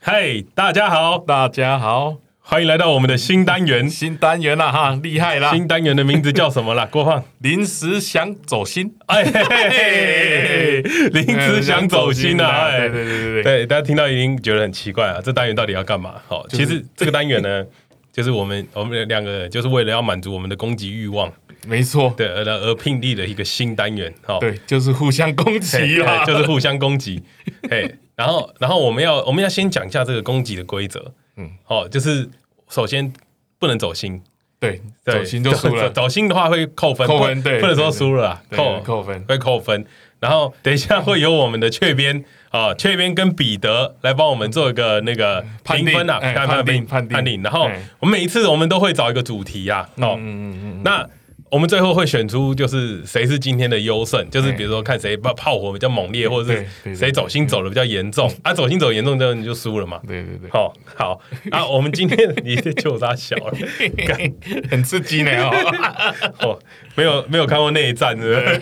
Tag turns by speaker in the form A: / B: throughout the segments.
A: 嗨，大家好，
B: 大家好，
A: 欢迎来到我们的新单 元。
B: 新单元啦哈，厉害啦！
A: 新单元的名字叫什么啦？郭胖，
B: 临时想走心，
A: 哎，嘿嘿嘿临时想走心啊！哎，
B: 对对对对对，
A: 对，大家听到已经觉得很奇怪啊，这单元到底要干嘛？好、
B: 是
A: 其实这个单元呢，就是我们我们两个就是为了要满足我们的攻击欲望，
B: 没错，
A: 对，而而聘立的一个新单元，好、
B: 对，啊就是互相攻
A: 嘿，
B: 击啦，
A: 嘿就是互相攻击，嘿，然后然后我们要我们要先讲一下这个攻击的规则，嗯，好、就是首先不能走心。
B: 对，
A: 对
B: 走心就输了
A: 走，走心的话会扣分，
B: 扣分对
A: 不能说输了啦，
B: 对
A: 扣
B: 对扣分
A: 会扣分。然后等一下会有我们的雀边啊，雀边跟彼得来帮我们做一个那个
B: 判
A: 评
B: 定
A: 分啊，
B: 哎
A: 看
B: 判定
A: 判
B: 判定
A: 判定。然后
B: 哎嗯
A: 我们每一次我们都会找一个主题啊，哦，那我们最后会选出就是谁是今天的优胜，就是
B: 哎
A: 比如说看谁炮炮火比较猛烈，或者
B: 对
A: 是
B: 对
A: 谁走心走的比较严重啊，走心走得严重之后你就输了嘛。
B: 对对对，
A: 好好啊，我们今天 你就他小了。
B: 很刺激呢 哦，
A: 哦，没有没有看过内战的。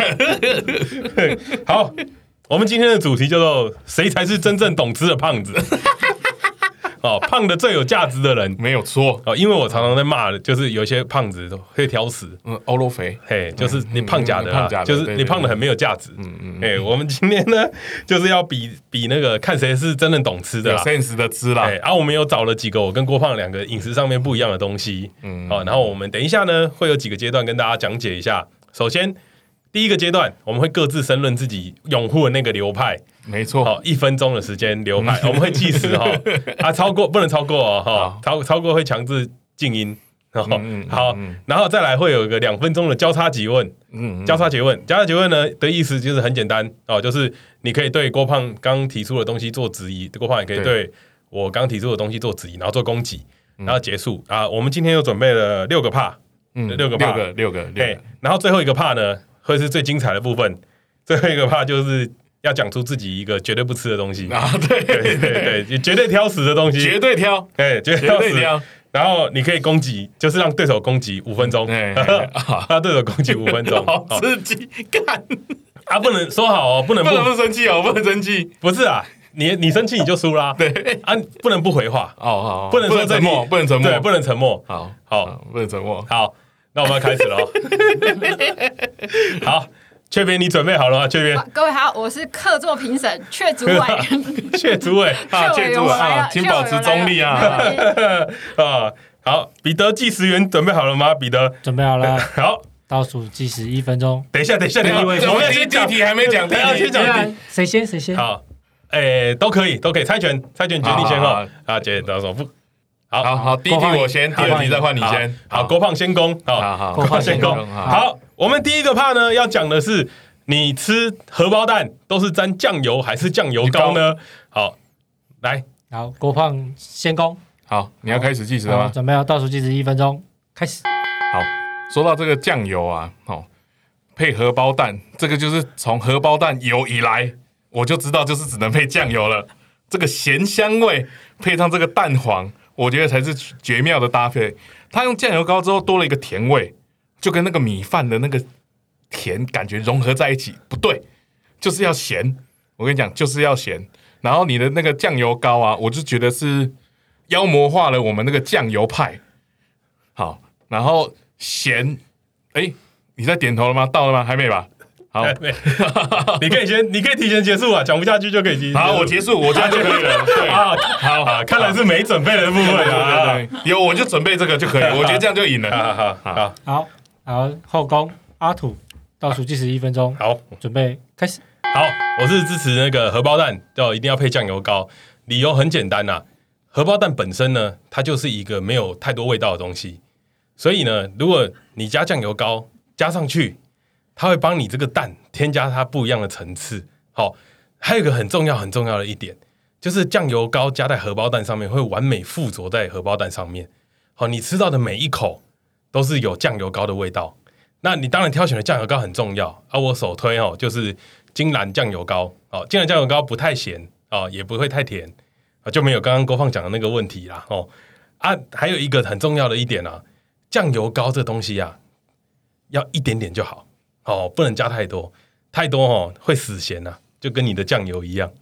A: 好，我们今天的主题叫做“谁才是真正懂吃的 胖子”。哦，胖的最有价值的人
B: 没有错，
A: 哦，因为我常常在骂的，就是有一些胖子都会挑食，
B: 嗯，欧罗肥，
A: 嘿，就是你胖假的啦，啊
B: 嗯胖假的
A: 就是
B: 对
A: 你
B: 对
A: 胖的很没有价值。嗯嗯，哎，我们今天呢，就是要比比那个看谁是真正懂吃的
B: 有
A: 啦。
B: sense 的吃啦
A: 哎、，啊，我们有找了几个我跟郭胖两个饮食上面不一样的东西，嗯，好、然后我们等一下呢，会有几个阶段跟大家讲解一下。首先，第一个阶段，我们会各自申论自己拥护的那个流派，
B: 没错，嗯
A: 好、一分钟的时间流派，我们会计时 哈、啊，超过不能超过哦，哈、
B: 好
A: 超超过会强制静音。哦
B: 嗯嗯
A: 好，然后再来会有一个两分钟的交叉提问，
B: 嗯，嗯
A: 交叉提问，交叉提问呢的意思就是很简单哦，就是你可以对郭胖刚提出的东西做质疑，郭胖也可以
B: 对
A: 对我刚提出的东西做质疑，然后做攻击，然后结束啊。我们今天又准备了六个 part，
B: 嗯
A: 六个
B: 六
A: 吧
B: 个六个六
A: 对
B: 个，，
A: 然后最后一个 part 呢会是最精彩的部分，最后一个 part 就是要讲出自己一个绝对不吃的东西，
B: 啊，对
A: 对
B: 对
A: 对
B: 对，
A: 对， 你绝对挑食的东
B: 绝
A: 西，
B: 对挑，
A: 哎，绝
B: 绝对
A: 食
B: 挑，
A: 然后你可以攻击，就是让对手攻击五分钟，
B: 哎哎哎
A: 让对手攻击五分 钟，
B: 好
A: 好
B: 刺激，干，
A: 啊，不能说好哦，不能
B: 不
A: 不
B: 能不生气哦，不能生气，
A: 不是啊，你你生气你就输 啦、
B: 对，
A: 啊，不能不回话，
B: 哦哦，哦
A: 不能
B: 不
A: 说
B: 能
A: 这
B: 沉
A: 里
B: 默，不能沉
A: 对，
B: 默，
A: 不能沉默。
B: 好
A: 好
B: 好，不能沉默。
A: 好，那我们要开始了 哦。好，雀边你准备好了吗？雀边，
C: 各位好，我是客座评审雀主委，
A: 雀主委
B: 啊，
C: 雀
B: 建
C: 尾
B: 筑
C: 有来
B: 啊，
C: 了，哎
B: 请保持中立
C: 雀尾
B: 啊！
C: 有来了。
A: 啊，好，彼得计时员准备好了吗？彼得，
D: 准备好了，
A: 好，
D: 倒数计时一分钟。
A: 等一下，等一下，等
D: 我
A: 一
D: 以为
A: 下，
D: 是
A: 我们要先讲
B: 地题还没讲
A: 等一下
B: 地题
A: 先讲地题。
D: 谁先？谁先？
A: 好，哎，都可以，都可以，猜拳，猜拳决定先
B: 好好
A: 哦
B: 好。
A: 啊，姐，到时候不，
B: 好好，第一题我先，第
D: 郭
B: 二
D: 胖
B: 题
D: 你
B: 再换你
A: 好
B: 先。
A: 好，郭胖先攻，
B: 好
A: 好，
B: 好，
D: 郭
A: 郭胖
D: 胖
A: 先
D: 先
A: 攻
D: 攻。
B: 好，
A: 好，我们第一个怕呢要讲的是，你吃荷包蛋都是沾酱油还是酱油膏呢？好，来，
D: 好，郭胖先攻。
B: 好，啊你要开始计时了
D: 好，
B: 吗？
D: 准备好，倒数计时一分钟，开始。
B: 说到这个酱油啊，哦，配荷包蛋，这个就是从荷包蛋油以来，我就知道就是只能配酱油了。这个咸香味配上这个蛋黄，我觉得才是绝妙的搭配。它用酱油膏之后多了一个甜味，就跟那个米饭的那个甜感觉融合在一起。不对，就是要咸。我跟你讲，就是要咸。然后你的那个酱油膏啊，我就觉得是妖魔化了我们那个酱油派。好，然后咸，哎，你在点头了吗？到了吗？还没吧？好，
A: 哎 你可以先，你可以提前结束啊，讲不下去就可以提前结束。
B: 好，我结束，我这样就可 以了。对，
A: 啊，好好，看来是没准备的部分啊。
B: 对对对，有我就准备这个就可以了，我觉得这样就赢
A: 好
B: 了。
A: 好好
D: 好，好，后攻阿土，倒数计时一分钟，
A: 好
D: 准备开始。
A: 好，我是支持那个荷包蛋，要一定要配酱油膏，理由很简单呐、荷包蛋本身呢，它就是一个没有太多味道的东西，所以呢，如果你加酱油膏加上去，它会帮你这个蛋添加它不一样的层次。好、还有一个很重要很重要的一点，就是酱油膏加在荷包蛋上面会完美附着在荷包蛋上面。好、你吃到的每一口都是有酱油膏的味道。那你当然挑选的酱油膏很重要，而、我首推哦就是金兰酱油膏。哦，金兰酱油膏不太咸哦，也不会太甜啊，就没有刚刚郭放讲的那个问题啦。哦啊，还有一个很重要的一点啊，酱油膏这东西啊，要一点点就好哦，不能加太多，啊太多哦会死咸呐、就跟你的酱油一样。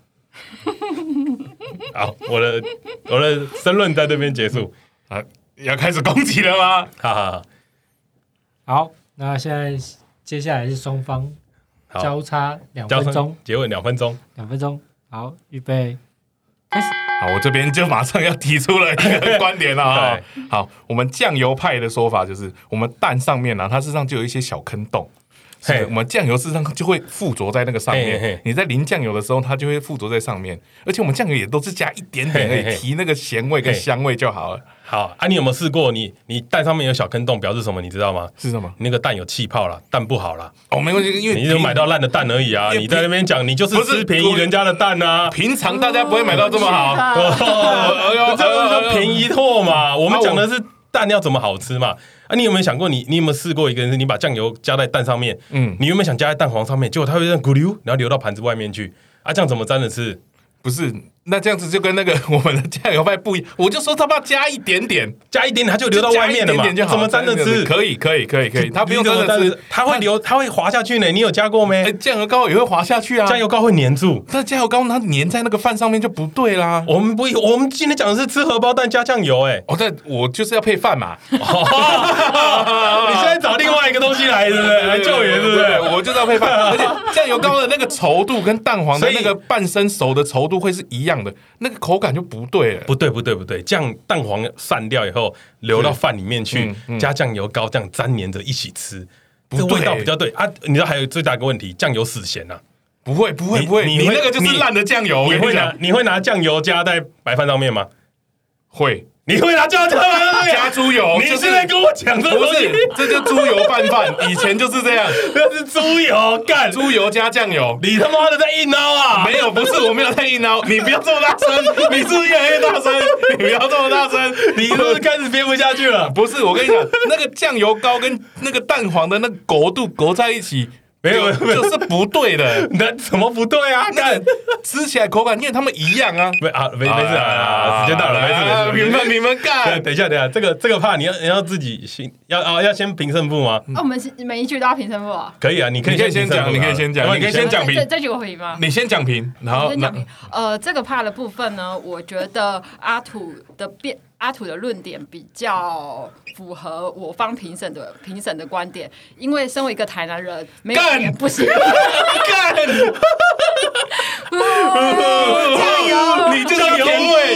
A: 好，我的我的申论在这边结束，
B: 啊，要开始攻击了吗？
A: 哈哈哈。
D: 好，那现在接下来是双方
A: 好，
D: 交叉两
A: 交
D: 分钟，
A: 结尾两分钟，
D: 两分钟。好，预备，
B: 好，我这边就马上要提出了一个观点了 啊、好，我们酱油派的说法就是，我们蛋上面呢、啊，它事实上就有一些小坑洞。
A: 嘿
B: 是我们酱油事实上就会附着在那个上
A: 嘿
B: 面，
A: 嘿嘿
B: 你在淋酱油的时候，它就会附着在上面。而且我们酱油也都是加一点点而已，
A: 嘿嘿嘿
B: 提那个咸味跟
A: 嘿
B: 香味就好了。
A: 好啊，你有没有试过你你蛋上面有小坑洞，表示什么？你知道吗？
B: 是什么？
A: 你那个蛋有气泡啦，蛋不好啦，
B: 哦，没关系，因为
A: 你就
B: 平
A: 买到烂的蛋而已啊！
B: 也
A: 你在那边讲，你就是
B: 不是
A: 吃便宜
B: 我
A: 人家的蛋啊！
B: 平常大家不会买到这么 好。哎呦
A: 这就是便宜货嘛。我们讲的是蛋要怎么好吃嘛。啊，你有没有想过你，你有没有试过一个人，你把酱油加在蛋上面，
B: 嗯
A: 嗯，你原本想加在蛋黄上面，结果它会这样咕溜，然后流到盘子外面去。啊，这样怎么沾着吃？
B: 不是，那这样子就跟那个 我们的酱油派不一样。我就说他妈加一点点，
A: 加一点它就流到外面了嘛，
B: 加一点点就好
A: 怎么沾着吃？
B: 可以，可以，可以，可以，它不用
A: 你怎么
B: 沾着
A: 沾
B: 吃
A: 着，，它会流，它会滑下去呢。你有加过
B: 哎，
A: 没？
B: 酱油膏也会滑下去啊。
A: 酱，油膏会粘住。
B: 那酱油膏它粘在那个饭上面就不对啦。
A: 我们不，我们今天讲的是吃荷包蛋加酱油，哎，
B: 哦，但我就是要配饭嘛，
A: 你现在找另外一个东西来，对不对？来 救援，对不对？
B: 我就是要配饭， 而且酱油膏的那个稠度跟蛋黄
A: 所
B: 的
A: 以
B: 那个半生熟的稠度会是一样的，那个口感就不对了。
A: 不对，不对，不对，酱蛋黄散掉以后流到饭里面去
B: 嗯，嗯
A: 加酱油膏这样粘黏着一起吃，
B: 不
A: 这
B: 对
A: 味道比较对啊。你知道还有最大一个问题，酱油死咸啊，
B: 不会，不会，
A: 你
B: 不会，
A: 你
B: 你
A: 会
B: 那个就是
A: 你
B: 烂的酱油。我
A: 你
B: 跟
A: 会
B: 你
A: 拿
B: 讲，
A: 你会拿酱油加在白饭上面吗？
B: 会
A: 你会拿酱油加在白饭上面？
B: 加猪油，
A: 啊你
B: 就是
A: 在跟我讲这个
B: 不
A: 东西
B: 是？，这就猪油拌饭， 以前就是这样，
A: 那是猪油干，
B: 猪油加 酱油。
A: 你他妈的在硬凹啊！
B: 没有，不是，我没有在硬 凹，你不要这么大声，你是不是越来越大声？你不要这么大声，
A: 你是不是开始编不下去了？
B: 不是，我跟你讲，那个酱油膏跟那个蛋黄的那个勾度勾在一起，
A: 没有
B: 就
A: 没有
B: 就是不对 的。
A: 那怎么不对啊？
B: 那
A: 干
B: 个，吃起来口感，因为他们一样啊。
A: 没啊，没没事啊，时间到了，没
B: 啊
A: 事没事
B: 你。们你们
A: 对，
B: 干，
A: 等一下，等一下，这个这个怕你要你要自己先要啊，要先评胜负吗？
C: 哦，我们是每一句都要评分不啊？
A: 可以啊，你可以
B: 嗯你可以先
A: 评胜
B: 讲
A: 负
B: 你可以
A: 好了
B: 先讲
A: 要不
B: 你可以先讲评
C: 这这句我评吗？
B: 你先讲评，然
C: 我
B: 后
C: 先讲评。呃，这个怕的部分呢，我觉得阿土的辩阿土的论点比较符合我方评审的评审的观点，因为身为一个台南人，没有
B: 干
C: 也不行。
B: 干，
C: 酱油
B: 你就是甜味，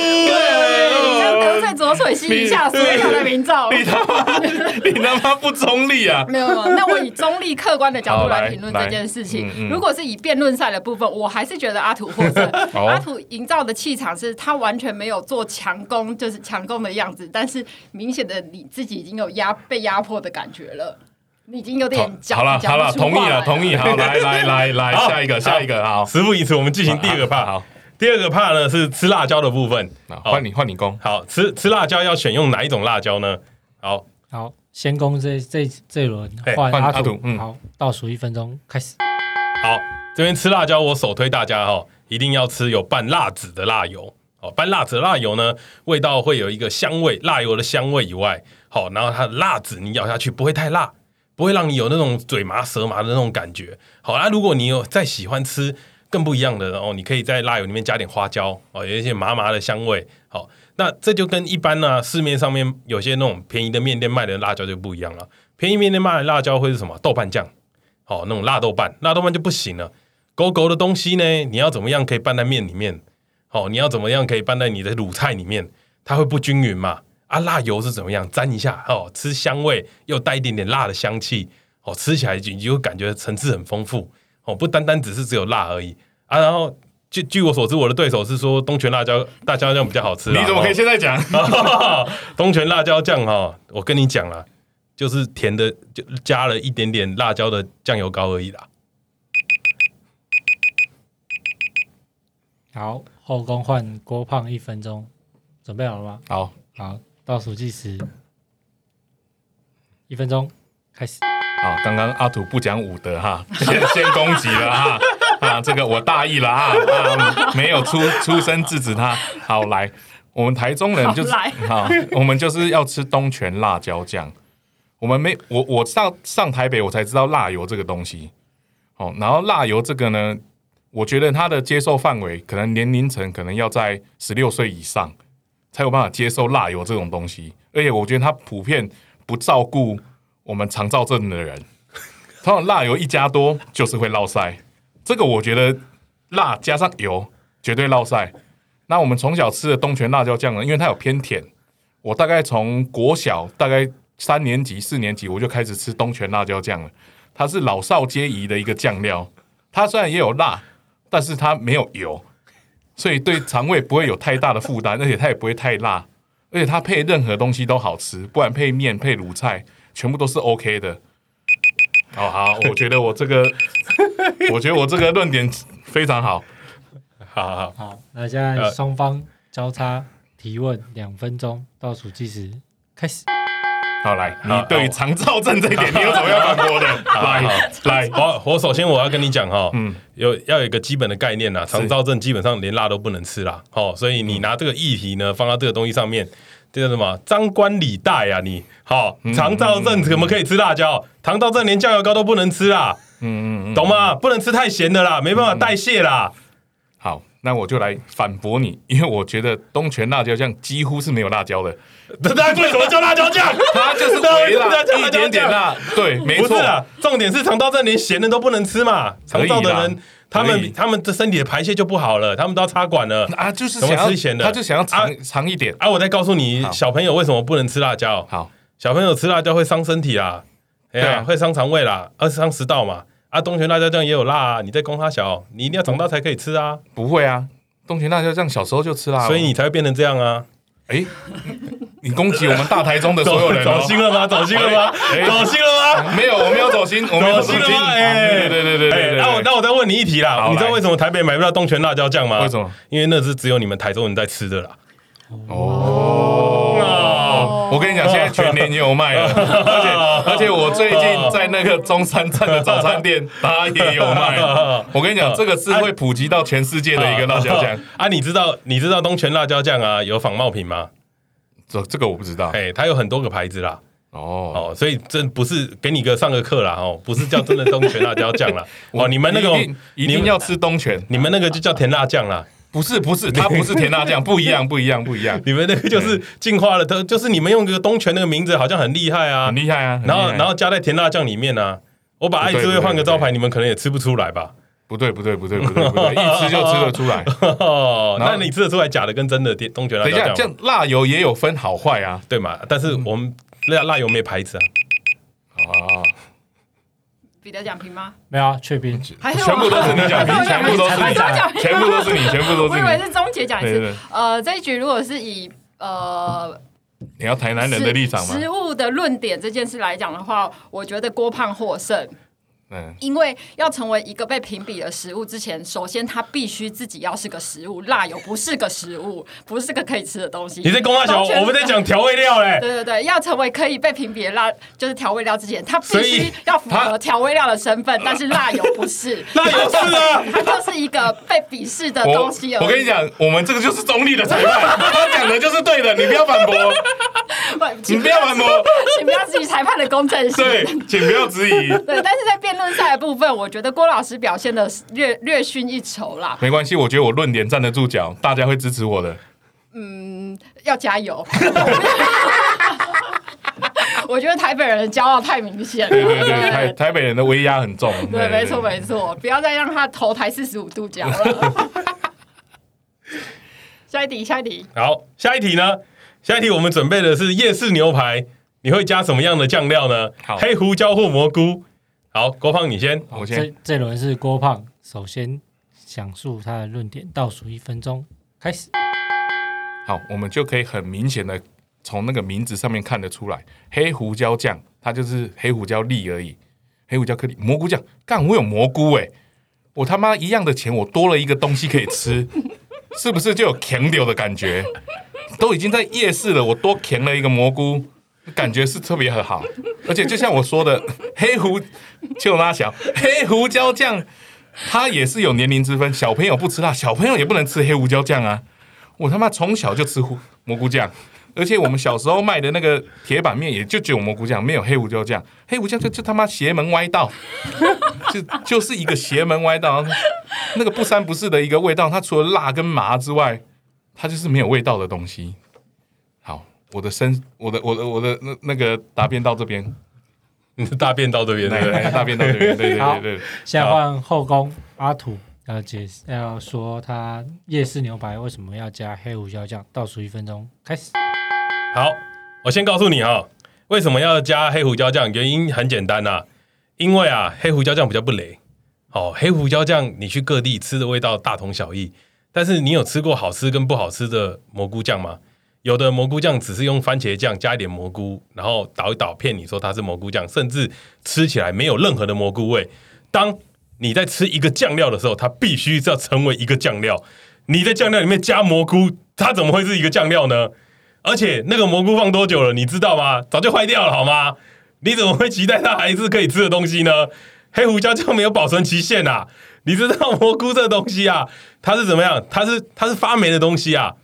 C: 你这样得罪左水溪以下所有的民众。
B: 你他妈，你他妈不中立啊！
C: 没有，没有，那我以中立客观的角
B: 好
C: 度来
B: 来
C: 评论
B: 来
C: 这件事
B: 嗯
C: 情。
B: 嗯
C: 如果是以辩论赛的部分，我还是觉得阿土获 胜。
B: 好
C: 阿土营造的气场是他完全没有做强攻，就是强攻的样子，但是明显的你自己已经有压被压迫的感觉了，你已经有点讲
B: 好了
C: 讲
B: 好
C: 不
B: 了，
C: 出
B: 同
C: 话
B: 意
C: 来
B: 了，同意。好，来来来来，
A: 好
B: 下一个下一个，好，
A: 事不宜迟，我们进行第二个怕。
B: 好，
A: 第二个怕呢是吃辣椒的部分。
B: 好换你换你攻。
A: 好，吃吃辣椒要选用哪一种辣椒呢？好，
D: 好，先攻这这这一轮
A: 嘿
D: 换
B: 换
D: 阿
B: 阿土
D: 土
B: 嗯，
D: 好，倒数一分钟开始。
A: 好，这边吃辣椒，我首推大家哦，一定要吃有拌辣子的辣油。哦，拌辣子的辣油呢，味道会有一个香味，辣油的香味以外，好，然后它的辣子你咬下去不会太辣，不会让你有那种嘴麻舌麻的那种感觉。好，那、如果你有再喜欢吃更不一样的哦，你可以在辣油里面加点花椒哦，有一些麻麻的香味。好，那这就跟一般呢、市面上面有些那种便宜的面店卖的辣椒就不一样了。便宜面店卖的辣椒会是什么？豆瓣酱。哦，那种辣豆瓣，辣豆瓣就不行了。狗狗的东西呢，你要怎么样可以拌在面里面？哦，你要怎么样可以拌在你的卤菜里面？它会不均匀嘛？啊，辣油是怎么样？沾一下哦，吃香味又带一点点辣的香气哦，吃起来你就感觉层次很丰富哦，不单单只是只有辣而已啊。然后据据我所知，我的对手是说东泉辣椒大椒酱比较好吃啦。
B: 你怎么可以现在讲？
A: 哦 东泉辣椒酱哦？我跟你讲啦，就是甜的，就加了一点点辣椒的酱油膏而已啦。
D: 好，后宫换郭胖一分钟，准备好了吗？
B: 好，
D: 好，倒数计时，一分钟开始。
B: 好，啊刚刚阿土不讲武德哈，先 先攻击了哈。啊，这个我大意了啊，啊没有出出声制止他。好，来，我们台中人就是
C: 好来
B: 好，我们就是要吃东泉辣椒酱。我们没我我上上台北我才知道辣油这个东西，哦，然后辣油这个呢，我觉得他的接受范围可能年龄层可能要在十六岁以上才有办法接受辣油这种东西，而且我觉得他普遍不照顾我们肠燥症的人，通常辣油一加多就是会落腮，这个我觉得辣加上油绝对落腮。那我们从小吃的东泉辣椒酱呢，因为它有偏甜，我大概从国小大概三年级、四年级我就开始吃东泉辣椒酱了。它是老少皆宜的一个酱料，它虽然也有辣，但是它没有油，所以对肠胃不会有太大的负担，而且它也不会太辣，而且它配任何东西都好吃，不然配面、配卤菜，全部都是 OK 的。哦，好，我觉得我这个， 我觉得我这个论点非常好。
A: 好好好，
D: 好，那现在双方交叉提问两分钟，倒数计时开始。
B: 好，来，你
A: 好
B: 对于肠燥症这一点，你有什么要反驳的？来
A: 好
B: 来，
A: 我我首先我要跟你讲哈，
B: 嗯
A: 有要有一个基本的概念呐，肠燥症基本上连辣都不能吃啦，哦，所以你拿这个议题呢放到这个东西上面，这叫什么？张冠李戴呀、啊，你好，
B: 嗯
A: 肠燥症怎么可以吃辣椒？肠燥症连酱油膏都不能吃啦，
B: 嗯嗯嗯，
A: 懂吗？不能吃太咸的啦，没办法代谢啦。
B: 好，那我就来反驳你，因为我觉得东泉辣椒酱几乎是没有辣椒的，
A: 这 那为什么叫辣椒酱？
B: 它就是
A: 那为
B: 微
A: 什么
B: 辣
A: 要叫辣
B: 一点
A: 椒
B: 点
A: 酱？
B: 辣，对，没
A: 不是啊
B: 错，
A: 啦，重点是肠道症连咸的都不能吃嘛，肠
B: 可以啦
A: 道的人他
B: 可以
A: 们他们的身体的排泄就不好了，他们都要插管了。
B: 啊，就是
A: 怎么
B: 想要
A: 吃咸的
B: 他就想要
A: 啊
B: 尝尝一点。
A: 啊，我再告诉你
B: 好，
A: 小朋友为什么不能吃辣椒？
B: 好，
A: 小朋友吃辣椒会伤身体啦，哎
B: 对
A: 呀、
B: 啊
A: 会伤肠胃啦，啊，伤食道嘛。啊，东泉辣椒酱也有辣啊，你在攻它小，你一定要长大才可以吃啊，
B: 不会啊，东泉辣椒酱小时候就吃辣哦，
A: 所以你才会变成这样啊。
B: 哎，你攻击我们大台中的所有人
A: 走
B: 哦。
A: 心了 吗？走心了吗？
B: 哎
A: 走心了吗？
B: 没有，我没有走心，我没有
A: 走
B: 走
A: 心
B: 心。
A: 了吗？
B: 对
A: 哎，
B: 对对对
A: 哎
B: 对对。
A: 那我那我再问你一题啦，
B: 好
A: 你知道
B: 来
A: 为什么台北买不到东泉辣椒酱吗？
B: 为 什么？
A: 因为那是只有你们台中人在吃的啦。
B: 哦，我跟你讲，现在全年也有 卖了，而且而且我最近在那个中山站的早餐店，它也有卖。我跟你 讲，这个是会普及到全世界的一个辣椒酱。
A: 啊，你知道你知道东泉辣椒酱啊有仿冒品吗？
B: 这这个我不知道。
A: 哎、它有很多个牌子啦，
B: 啊哦，
A: 哦，所以这不是给你个上个课啦，哦，不是叫真的东泉辣椒 酱啦，哦，你们那
B: 一
A: 个
B: 定一定要吃东泉，
A: 你们那个就叫甜辣酱啦，
B: 不是 不是，它不是甜辣酱，不一样不一样不一样，
A: 你们那个
B: 嗯
A: 就是进化了，它就是你们用这个东泉那个名字好像很厉害 啊
B: 很，厉害啊。
A: 然后
B: 很厉害
A: 然后加在甜辣酱里面啊，我把爱滋味换个招牌，你们可能也吃不出来吧？
B: 不对不对不对不对不对，一吃就吃得出来。
A: 哦，
B: 然
A: 那
B: 后
A: 你吃得出来假的跟真的甜东泉辣
B: 等一下，
A: 椒
B: 这
A: 酱吗
B: 样辣油也有分好坏啊。
A: 对嘛？但是我们辣辣油没牌子啊，
B: 哦，
C: 彼得讲评吗？
D: 没有啊，确定。
C: 还有啊
B: 全部都是你讲评，全部都是你讲，全部都是你，全部都
C: 我
B: 是
C: 以
B: 你
C: 为。是钟姐讲一
B: 对对
C: 次
B: 对。
C: 呃，这一局如果是以呃
B: 你要台南人的立场吗？
C: 食物的论点这件事来讲的话，我觉得郭胖获胜，
B: 嗯，
C: 因为要成为一个被评比的食物之前，首先他必须自己要是个食物，辣油不是个食物，不是个可以吃的东西。
A: 你在公辣椒，
C: 完全
A: 我们在讲调味料嘞。
C: 对对对，要成为可以被评比的辣，就是调味料之前，它必
A: 所以
C: 须要符
B: 它
C: 合调味料的身 份，但是辣油不是，
A: 辣油是啊，
C: 它就是一个被鄙视的
B: 我
C: 东西啊而已。
B: 我跟你，讲，我们这个就是中立的裁判， 他讲的就是对的，你不要反驳，
C: 不，
B: 你
C: 请
B: 不要反驳，
C: 请不要质疑裁判的公正 性。
B: 对，请不要质疑。
C: 对，但是在辩论赛的部分，我觉得郭老师表现的略略逊一筹啦。
B: 没关系，我觉得我论点站得住脚，大家会支持我的。
C: 要加油！ 我觉得台北人的骄傲太明显
B: 对
C: 了。
B: 对 对，台台北人的威压很重。
C: 对，没错没错，不要再让他头抬四十五度角了。下一题，下一题，
A: 好，下一题呢？下一题我们准备的是夜市牛排，你会加什么样的酱料呢
B: 好？
A: 黑胡椒或蘑菇。好，郭胖你先。
B: 我先
D: 这这轮是郭胖首先讲述他的论点，倒数一分钟开始。
B: 好，我们就可以很明显的从那个名字上面看得出来，黑胡椒酱它就是黑胡椒粒而已，黑胡椒颗粒，蘑菇酱，干我有蘑菇哎、我他妈一样的钱，我多了一个东西可以吃， 是不是就有强丢的感觉？都已经在夜市了，我多强了一个蘑菇，感觉是特别很好。而且就像我说的，黑胡就拉小黑胡椒酱，它也是有年龄之分，小朋友不吃辣，小朋友也不能吃黑胡椒酱啊。我他妈从小就吃胡蘑菇酱，而且我们小时候卖的那个铁板面也就只有蘑菇酱，没有黑胡椒酱，黑胡椒就就他妈邪门歪道， 就就是一个邪门歪道，那个不三不四的一个味道，它除了辣跟麻之外，它就是没有味道的东西。好，我的身，我的我的我的那那个答辩到这边，
A: 你的大便到这边，
B: 对
A: 对不
B: 对
A: 对？
B: 对，大便到这边，对对
D: 好
B: 对对，
D: 现在换后宫阿土要解释，要说他夜市牛排为什么要加黑胡椒酱。倒数一分钟开始。
A: 好，我先告诉你哈、为什么要加黑胡椒酱？原因很简单呐、因为啊，黑胡椒酱比较不雷。哦，黑胡椒酱你去各地吃的味道大同小异，但是你有吃过好吃跟不好吃的蘑菇酱吗？有的蘑菇酱只是用番茄酱加一点蘑菇，然后倒一倒骗你说它是蘑菇酱，甚至吃起来没有任何的蘑菇味。当你在吃一个酱料的时候，它必须是要成为一个酱料。你在酱料里面加蘑菇，它怎么会是一个酱料呢？而且那个蘑菇放多久了，你知道吗？早就坏掉了，好吗？你怎么会期待它还是可以吃的东西呢？黑胡椒酱没有保存期限啊！你知道蘑菇这东西啊，它是怎么样？它是它是发霉的东西啊，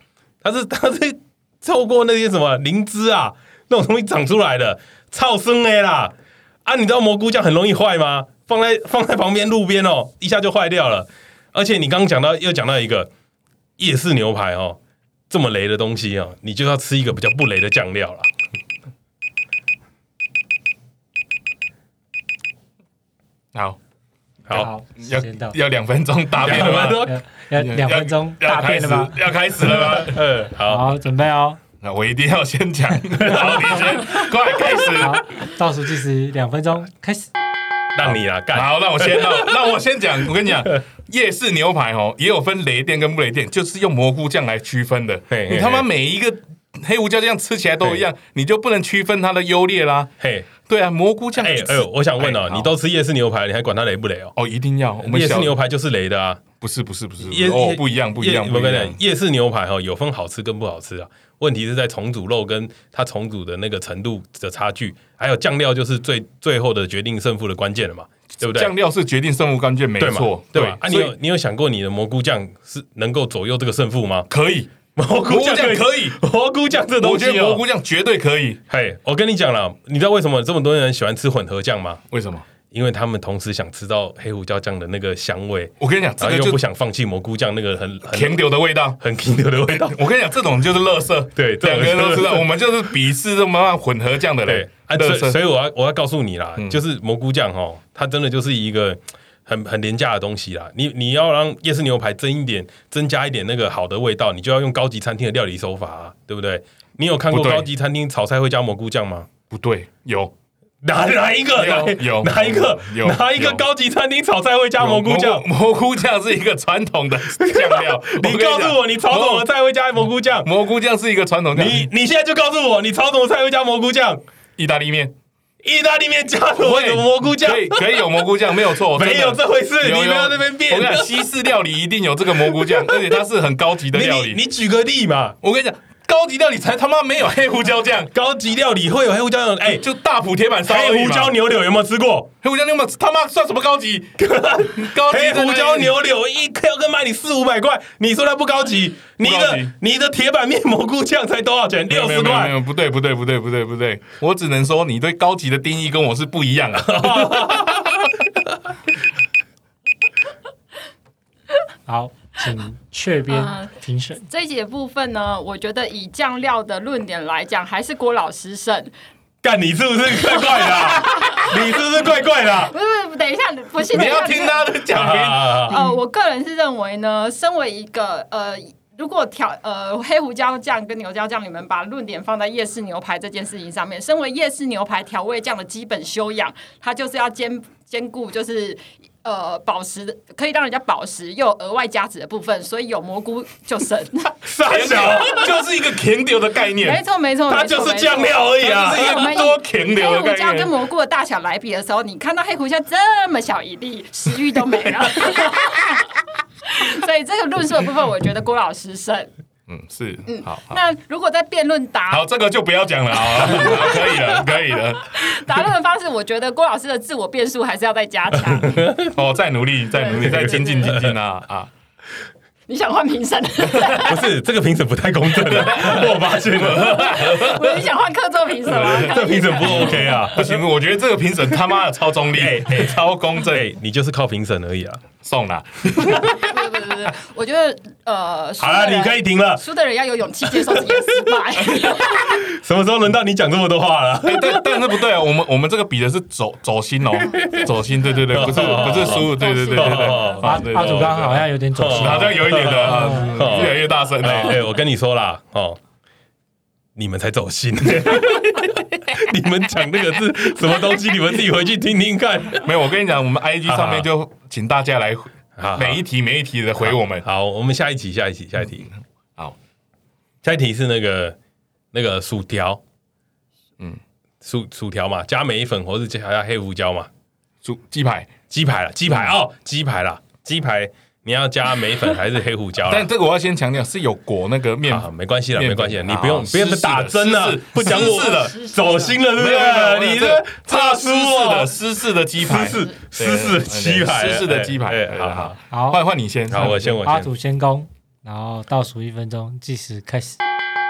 A: 它是它是透过那些什么灵芝啊那种东西长出来的，超生的啦！啊，你知道蘑菇酱很容易坏吗？放在放在旁边路边哦，一下就坏掉了。而且你刚刚讲到又讲到一个夜市牛排哦，这么雷的东西啊，你就要吃一个比较不雷的酱料啦。
B: 好，
A: 好，
D: 时
B: 要
D: 间到，
B: 要两分钟大便了吗？
A: 要
D: 要要两分钟
B: 要
D: 大便了吗？
B: 要开始了吗？
A: 嗯，好，
D: 好，准备哦。
B: 那我一定要先讲，然后你先快开始。
D: 好，倒数计时两分钟开始。
A: 让你啦，啊干，
B: 好，那我先，那那我先讲。我跟你 讲，夜市牛排哦，也有分雷店跟不雷店，就是用蘑菇酱来区分的
A: 嘿嘿。嘿
B: 你他妈每一个黑胡椒酱吃起来都一样，你就不能区分它的优劣啦。
A: 嘿，
B: 对啊，蘑菇酱
A: 哎
B: 一吃，
A: 哎呦，我想问哦
B: 哎，好
A: 你都吃夜市牛排，你还管它雷不雷哦？
B: 哦，一定要我们
A: 夜市
B: 小
A: 牛排就是雷的啊，
B: 不是不是不是
A: 夜
B: 哦
A: 夜，
B: 不一样不一样
A: 夜
B: 不
A: 我
B: 一
A: 跟你
B: 样
A: 讲，。夜市牛排哈有分好吃跟不好吃啊，问题是在重组肉跟它重组的那个程度的差距，还有酱料就是最最后的决定胜负的关键了嘛，对不对？
B: 酱料是决定生物关键，没
A: 对嘛
B: 错，
A: 对吧？啊，你
B: 所以
A: 有你有想过你的蘑菇酱是能够左右这个胜负吗？
B: 可以，
A: 蘑
B: 蘑菇酱可以，
A: 蘑菇酱这
B: 我
A: 东西、
B: 觉
A: 哦，
B: 得蘑菇酱绝对可以。
A: 嘿，我跟你讲了，你知道为什么这么多人喜欢吃混合酱吗？
B: 为什么？
A: 因为他们同时想吃到黑胡椒酱的那个香味，
B: 我跟你讲，这
A: 然后
B: 个
A: 啊又不
B: 就
A: 想哎放弃蘑菇酱那个很很
B: 甜丢的味道。
A: 很 king 的 味道。
B: 我跟你讲，这种就是垃圾，
A: 对这
B: 两
A: 种
B: 个人都知道，
A: 就是垃圾
B: 我们就是鄙视这么样混合酱的
A: 对
B: 人，，
A: 啊，
B: 垃
A: 所以
B: 圾
A: 所以我要我要告诉你啦，
B: 嗯
A: 就是蘑菇酱哦，它真的就是一个很很廉价的东西啦。你你要让夜市牛排增一点，增加一点那个好的味道，你就要用高级餐厅的料理手法啊，对不对？你有看过
B: 不对
A: 高级餐厅炒菜会加蘑菇酱吗？
B: 不对，有
A: 哪哪一个？
B: 有
A: 哪
B: 哦有
A: 哪一个？
B: 有
A: 哪一个
B: 有
A: 高级餐厅炒菜会加蘑菇酱？
B: 蘑蘑菇酱是一个传统的酱料。
A: 你
B: 跟讲
A: 告诉我，你炒什么菜会加蘑菇酱？
B: 蘑蘑菇酱是一个传统酱，
A: 你你现在就告诉我，你炒什么菜会加蘑菇酱？
B: 意大利面
A: 意大利面加什么
B: 对
A: 蘑菇酱
B: 可？以可以有蘑菇酱，没有错，我真的
A: 没有这回事，你不要在那边
B: 我
A: 变
B: 跟。你讲，西式料理一定有这个蘑 菇酱，而且它是很高级的
A: 你
B: 料
A: 你
B: 理。
A: 你举个例嘛，
B: 我跟你讲，高级料理才他妈没有黑胡椒酱，
A: 高级料理会有黑胡椒牛，哎，
B: 就大埔铁板烧而已嘛。
A: 黑胡椒牛柳有没有吃过？
B: 黑胡椒牛嘛，他妈算什么高 级？高级
A: 黑
B: 在哪里
A: 哎胡椒牛柳一颗跟卖你四五百块，你说它不高级？你
B: 不高级
A: 的你的铁板面蘑菇酱才多少钱？
B: 没有
A: 六十
B: 没有没有没
A: 块。
B: 有，不对不对不对不对不对，我只能说你对高级的定义跟我是不一样 啊。
D: 好，请雀边
C: 啊
D: 评审。
C: 这一节部分呢，我觉得以酱料的论点来讲，还是郭老师胜。
A: 干你是不是怪怪的啊？你是不是怪怪的啊？
C: 不是，不是等一下，不信
B: 你
C: 等一
B: 要
C: 下
B: 听他的讲评，
A: 啊
C: 呃，我个人是认为呢，身为一个呃，如果调呃黑胡椒酱跟牛椒酱，你们把论点放在夜市牛排这件事情上面，身为夜市牛排调味酱的基本修养，它就是要兼兼顾就是。呃，保湿的可以让人家保湿，又有额外加值的部分，所以有蘑菇就省。
A: 傻
B: 甜
A: 小，
B: 流就是一个甜流的概
C: 没
B: 念，
C: 错，没错，
A: 它
C: 没错
A: 就是
C: 没错
A: 酱料而已
C: 哎
A: 啊
B: 它。就是一个多甜流
C: 黑
B: 的
C: 哎胡椒
B: 概念。
C: 跟蘑菇的大小来比的时候，你看到黑胡椒这么小一粒，食欲都没了。 所以这个论述的部分，我觉得郭老师胜。
B: 嗯，是，好好
C: 那如果在辩论答
B: 好，这个就不要讲了啊， 好可以了，可以了。
C: 答论的方式，我觉得郭老师的自 我辩述还是要再加强。
B: 哦，再努力，再努力，
C: 对对
B: 再
C: 对
B: 精进精进啊啊！
C: 你想换评审，
A: 不是这个评审不太公正了，我发现了，
C: 我你想换客座评审啊吗？
A: 这个评审不 OK 啊。
B: 不行，我觉得这个评审他妈的超中立，
A: 哎
B: 超公正，
A: 对你就是靠评审而已啊！
B: 送啦。
C: 不不不不，我觉得呃，
A: 好了，你可以。停了。
C: 输的人要有勇气接受自己的失败，
A: 什么时候轮到你讲这么多话了？
B: 哎但但是不对啊，我们我们这个比的是走走心哦，走心，对对对，不是不是输，对对对对对，
A: 哦
D: 阿
B: 啊对对
D: 阿祖刚刚好像有点走心
A: 哦，
B: 好像有一点的，啊越来越大声
A: 哎、
B: 了。
A: 哎我跟你说啦，哦，你们才走心。你们讲那个是什么东西？你们自己回去听听看。
B: 没有，我跟你讲，我们 IG 上面就请大家来
A: 好
B: 每一题每一题的回我们。嗯
A: 好，我们下一题，下一题，下一题。
B: 好，
A: 下一题是那个那个薯条，嗯
B: 嗯，
A: 薯薯条嘛，加梅粉或是加黑胡椒嘛，
B: 猪鸡排，
A: 鸡排啦，鸡
B: 嗯
A: 排哦，鸡排啦，鸡排，你要加梅粉还是黑胡椒啦？
B: 但这个我要先强调是有裹那个面
A: 啊，没关系啦，
B: 面
A: 没
B: 粉
A: 关系啦，你
B: 啊
A: 不用
B: 啊
A: 不用
B: 湿式的
A: 打针了
B: 湿式，
A: 不讲
B: 湿
A: 我
B: 式的
A: 走心了，对
B: 没有没有
A: 不
B: 没
A: 对？
B: 有
A: 你这
B: 这个
A: 差输
B: 湿式
A: 哦
B: 的，湿式的鸡排，
A: 湿式
B: 对
A: 湿式鸡排
B: 对湿式的鸡
A: 哎
B: 排。
A: 哎
B: 对
A: 好
B: 好，
D: 好
B: 换换你先，
A: 好，我先我
D: 阿
A: 先
D: 祖先攻，然后倒数一分钟，计时开始。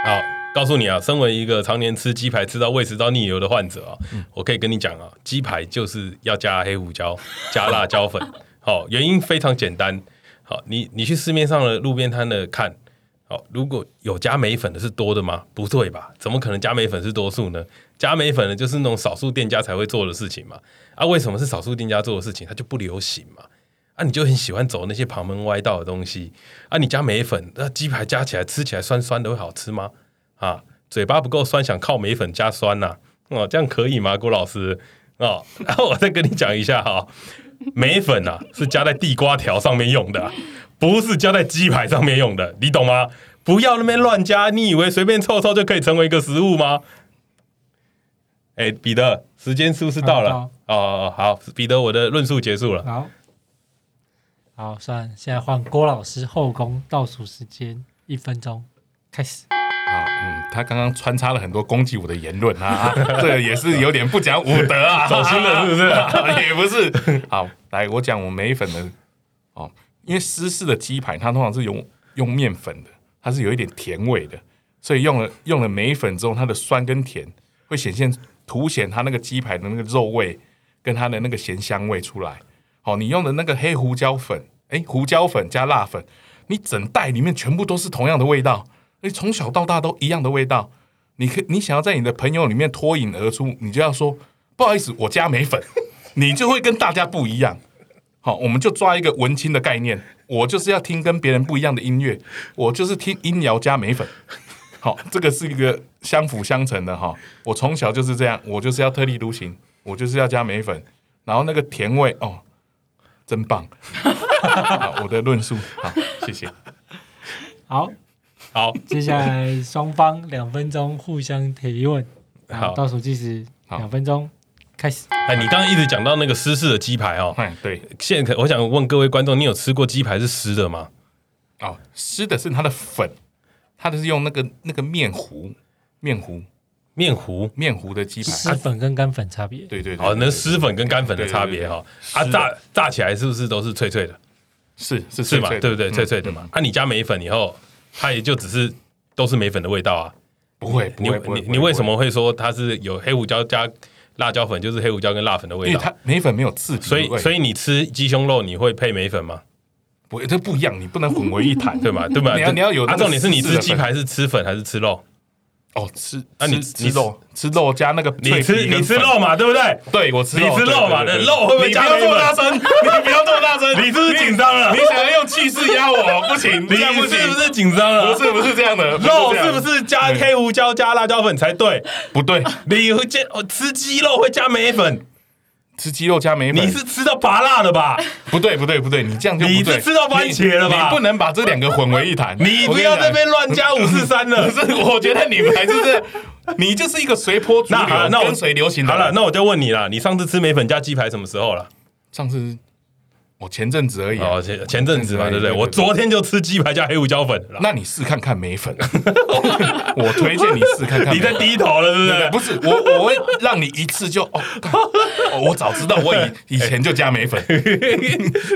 A: 好。告诉你啊，身为一个常年吃鸡排吃到胃食道逆流的患者啊，我可以跟你讲啊，鸡排就是要加黑胡椒、加辣椒粉。 好，原因非常简单。好，你你去市面上的路边摊的看，好，如果有加梅粉的是多的吗？不对吧？怎么可能加梅粉是多数呢？加梅粉的就是那种少数店家才会做的事情嘛。啊，为什么是少数店家做的事情？它就不流行嘛。啊，你就很喜欢走那些旁门歪道的东西。啊，你加梅粉，那鸡排加起来吃起来酸酸的会好吃吗？啊，嘴巴不够酸，想靠梅粉加酸呐、哦，这样可以吗，郭老师？哦，然后我再跟你讲一下哈、梅粉啊是加在地瓜条上面用的啊、不是加在鸡排上面用的，你懂吗？不要那边乱加，你以为随便凑凑就可以成为一个食物吗？哎，彼得，时间是不是到了？
D: 啊
A: 哦哦，好，彼得，我的论述结束了。
D: 好，好，算，现在换郭老师后宫，倒数时间一分钟，开始。
B: 好，嗯，他刚刚穿插了很多攻击我的言论啊， 啊这个也是有点不讲武德啊，
A: 走心了是 不是
B: 是？也不是。好，来，我讲我梅粉的哦，因为湿式的鸡排它通常是用用面粉的，它是有一点甜味的，所以用了用了梅粉之后，它的酸跟甜会显现凸显它那个鸡排的那个肉味跟它的那个咸香味出来。好，你用的那个黑胡椒粉，哎，胡椒粉加辣粉，你整袋里面全部都是同样的味道，你从小到大都一样的味道。你可你想要在你的朋友里面脱颖而出，你就要说不好意思，我加梅粉， 你就会跟大家不一样。好，我们就抓一个文青的概念，我就是要听跟别人不一样的音乐，我就是听音摇加梅粉。好，这个是一个相辅相成的哈。我从小就是这样，我就是要特立独行，我就是要加梅粉，然后那个甜味哦，真棒。好我的论述，好，谢谢。
D: 好，
A: 好，
D: 接下来双方两分钟互相提问，然后
A: 好
D: 倒数计时
B: 好
D: 两分钟，开始。
A: 哎，你刚刚一直讲到那个湿式的鸡排哦，
B: 哎，对，
A: 现在可我想问各位观众，你有吃过鸡排是湿的吗？
B: 哦，湿的是它的粉，它的是用那个那个面糊，面糊，
A: 面糊
B: 面糊的鸡排。
D: 湿粉跟干粉差别，
B: 对对对，
A: 哦，那
B: 对
A: 湿粉跟干粉的差别哈，啊
B: 对对对
A: 炸炸起来是不是都是脆脆的？
B: 是是
A: 是嘛，
B: 脆脆的
A: 对不对？
B: 嗯
A: 脆脆的嘛。啊，你加梅粉以后，它也就只是都是梅粉的味道啊。
B: 不会不
A: 你
B: 会不会，
A: 你
B: 不会
A: 你为什？么会说它是有黑胡椒加辣椒粉，就是黑胡椒跟辣粉的
B: 不会
A: 味
B: 因为
A: 道？
B: 它梅粉没有刺激
A: 所以
B: 味，
A: 所
B: 以
A: 以你吃鸡胸肉你会配梅粉吗？
B: 不会这不一样，你不能混为一 谈，
A: 对吧？对吧？
B: 你要你要有那
A: 啊，
B: 个
A: 重点是你
B: 湿
A: 吃
B: 的
A: 鸡排是吃粉还是吃肉？
B: 哦，吃
A: 啊你
B: 吃
A: 你
B: 吃肉吃肉加那个
A: 你
B: 脆皮
A: 吃
B: 跟
A: 你吃
B: 粉
A: 肉，嘛，对不对？
B: 对我吃
A: 你吃
B: 对对
A: 肉嘛
B: 对对
A: 那肉会不会
B: 你
A: 加
B: 不要
A: 梅
B: 这么
A: 粉
B: 大声，你不要这么大声，
A: 你是不是紧张了？
B: 你想要用气势压我，不 行，
A: 你
B: 这样不行
A: 是不是紧张了？
B: 不是不是这样的，
A: 肉
B: 这样
A: 是不嗯是加黑胡椒加辣椒粉才对？
B: 不对？
A: 你会加哦，吃鸡肉会加梅粉，
B: 吃鸡肉加梅粉，
A: 你是吃到拔辣了吧？
B: 不对不对不对，你这样就不对
A: 你是吃到番茄了吧
B: 你你不能把这两个混为一谈，
A: 你
B: 我
A: 不
B: 跟
A: 要
B: 讲
A: 这 边乱加五四三 了
B: 不。是，我觉得你们还是这，你就是一个随波逐
A: 那好了
B: 流，
A: 那我
B: 跟随流行的
A: 好
B: 人。
A: 了，那我就问你啦，你上次吃梅粉加鸡排什么时候了？
B: 上次我前阵子而已啊、
A: 哦，前前阵子嘛，对不对？
B: 对对对
A: 我昨天就吃鸡排加黑胡椒粉了啦，
B: 那你试看看梅粉， 我推荐你试看看梅
A: 你
B: 粉。
A: 在低头了，对不
B: 对
A: 对？
B: 对不是我，我会让你一次就哦，干哦我早知道我 以以前就加梅粉
A: 哎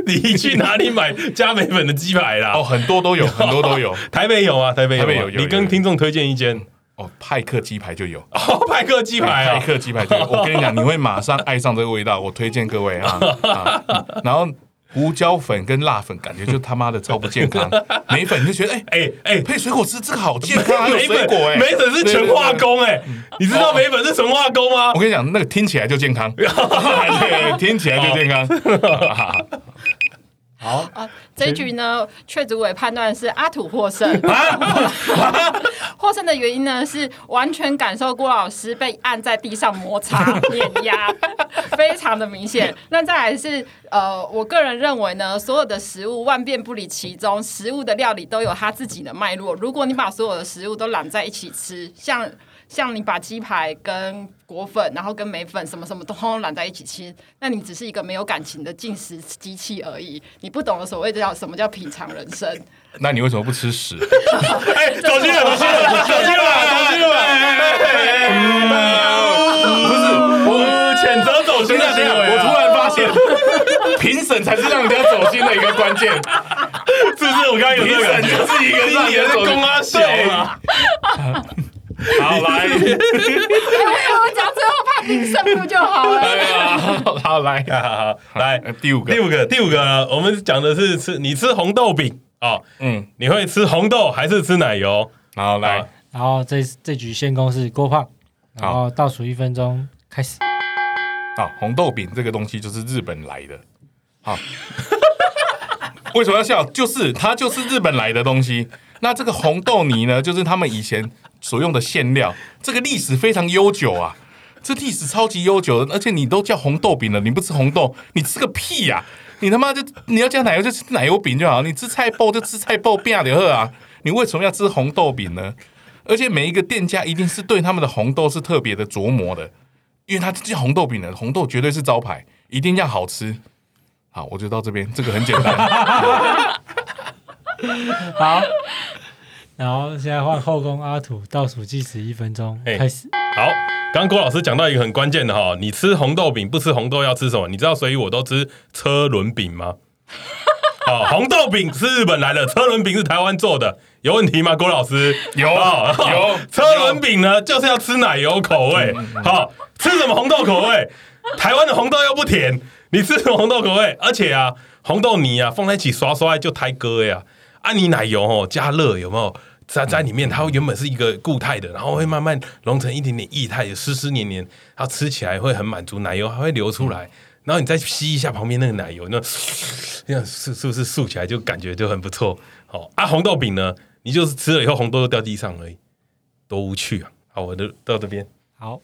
A: 你去哪里买加美粉的鸡排啦？
B: 哦，很多 都有，很多都有
A: 台北有啊，台北有啊，
B: 台北有有
A: 你
B: 有
A: 跟
B: 有
A: 听众推荐一间
B: 哦，派克鸡排就有，
A: 哦，派克鸡排
B: 派
A: 啊，
B: 克鸡排 就有。我跟你讲，你会马上爱上这个味道，我推荐各位啊啊。嗯然后胡椒粉跟辣粉感觉就他妈的超不健 康，梅粉你就觉得哎
A: 哎哎，
B: 配水果汁这个好健 康，还有
A: 美
B: 水
A: 粉
B: 果哎，
A: 美粉是
B: 对对
A: 纯
B: 对哦
A: 化工哎，你知道美粉是纯化工吗
B: 我？跟你讲，那个听起来就健 康，对听起来就健
A: 哦
B: 康。
D: 好，
C: 啊，这一局呢，确主委判断是阿土获胜。获胜的原因呢，是完全感受郭老师被按在地上摩 擦碾压，非常的明显。那再来是呃，我个人认为呢，所有的食物万变不离其宗，食物的料理都有它自己的脉络。如果你把所有的食物都揽在一起吃，像像你把鸡排跟果粉，然后跟梅粉什么什么都通通揽在一起吃，那你只是一个没有感情的进食机器而已。你不懂得所谓的叫什么叫品尝人生。
B: 那你为什么不吃屎？
A: 哎，走进来，走进来，走进
B: 哎
A: 来，走进来，不是我谴责嗯走
B: 等
A: 心
B: 一下，
A: 的行
B: 等一下，
A: 为
B: 我突
A: 啊，
B: 然发现，评审才是让人家走心的一个关键，
A: 是不是？我刚刚有这
B: 评
A: 个
B: 审
A: 感觉，
B: 就是一个让
A: 你也
B: 人
A: 是
B: 走
A: 公阿小
B: 对
A: 啊，
B: 好来，
C: 我讲最后判定胜负就好了。
B: 对啊 好来，
A: 好好好哎来
B: 呃第五
A: 第
B: 个，
A: 五个，第五个呢，我们讲的是吃你吃红豆饼哦，
B: 嗯，
A: 你会吃红豆还是吃奶油？
B: 好来
A: 好，
D: 然后这这局先攻是郭胖，然后倒数一分钟开始。
B: 啊，红豆饼这个东西就是日本来的，好， 为什么要笑？就是它就是日本来的东西。那这个红豆泥呢，就是他们以前所用的馅料，这个历史非常悠久啊，这历史超级悠久的。而且你都叫红豆饼了，你不吃红豆，你吃个屁呀、你他妈就你要加奶油就吃奶油饼就好，你吃菜包就吃菜包饼的喝啊！你为什么要吃红豆饼呢？而且每一个店家一定是对他们的红豆是特别的琢磨的，因为它这红豆饼呢，红豆绝对是招牌，一定要好吃。好，我就到这边，这个很简 单。
D: 好，然后现在换后宫阿土，倒数计时一分钟
A: 嘿
D: 开始。
A: 好，刚刚郭老师讲到一个很关键的哈，你吃红豆饼不吃红豆要吃什么？你知道所以我都吃车轮饼吗？哦，红豆饼是日本来的，车轮饼是台湾做的，有问题吗？郭老师
B: 有
A: 哦
B: 有
A: 车轮饼呢，就是要吃奶油口味，好、吃什么红豆口味？ 台湾的红豆又不甜，你吃什么红豆口味？而且啊，红豆泥啊放在一起刷刷就胎哥呀、啊，你奶油哦加热有没有？在在里面，它原本是一个固态的，然后会慢慢融成一点点液态的，湿湿黏黏，它吃起来会很满足，奶油还会流出来，然后你再吸一下旁边那个奶油，那这样是是不是竖起来就感觉就很不错？好啊，红豆饼呢，你就是吃了以后红豆就掉地上而已，多无趣啊！好，我就到这边，
D: 好，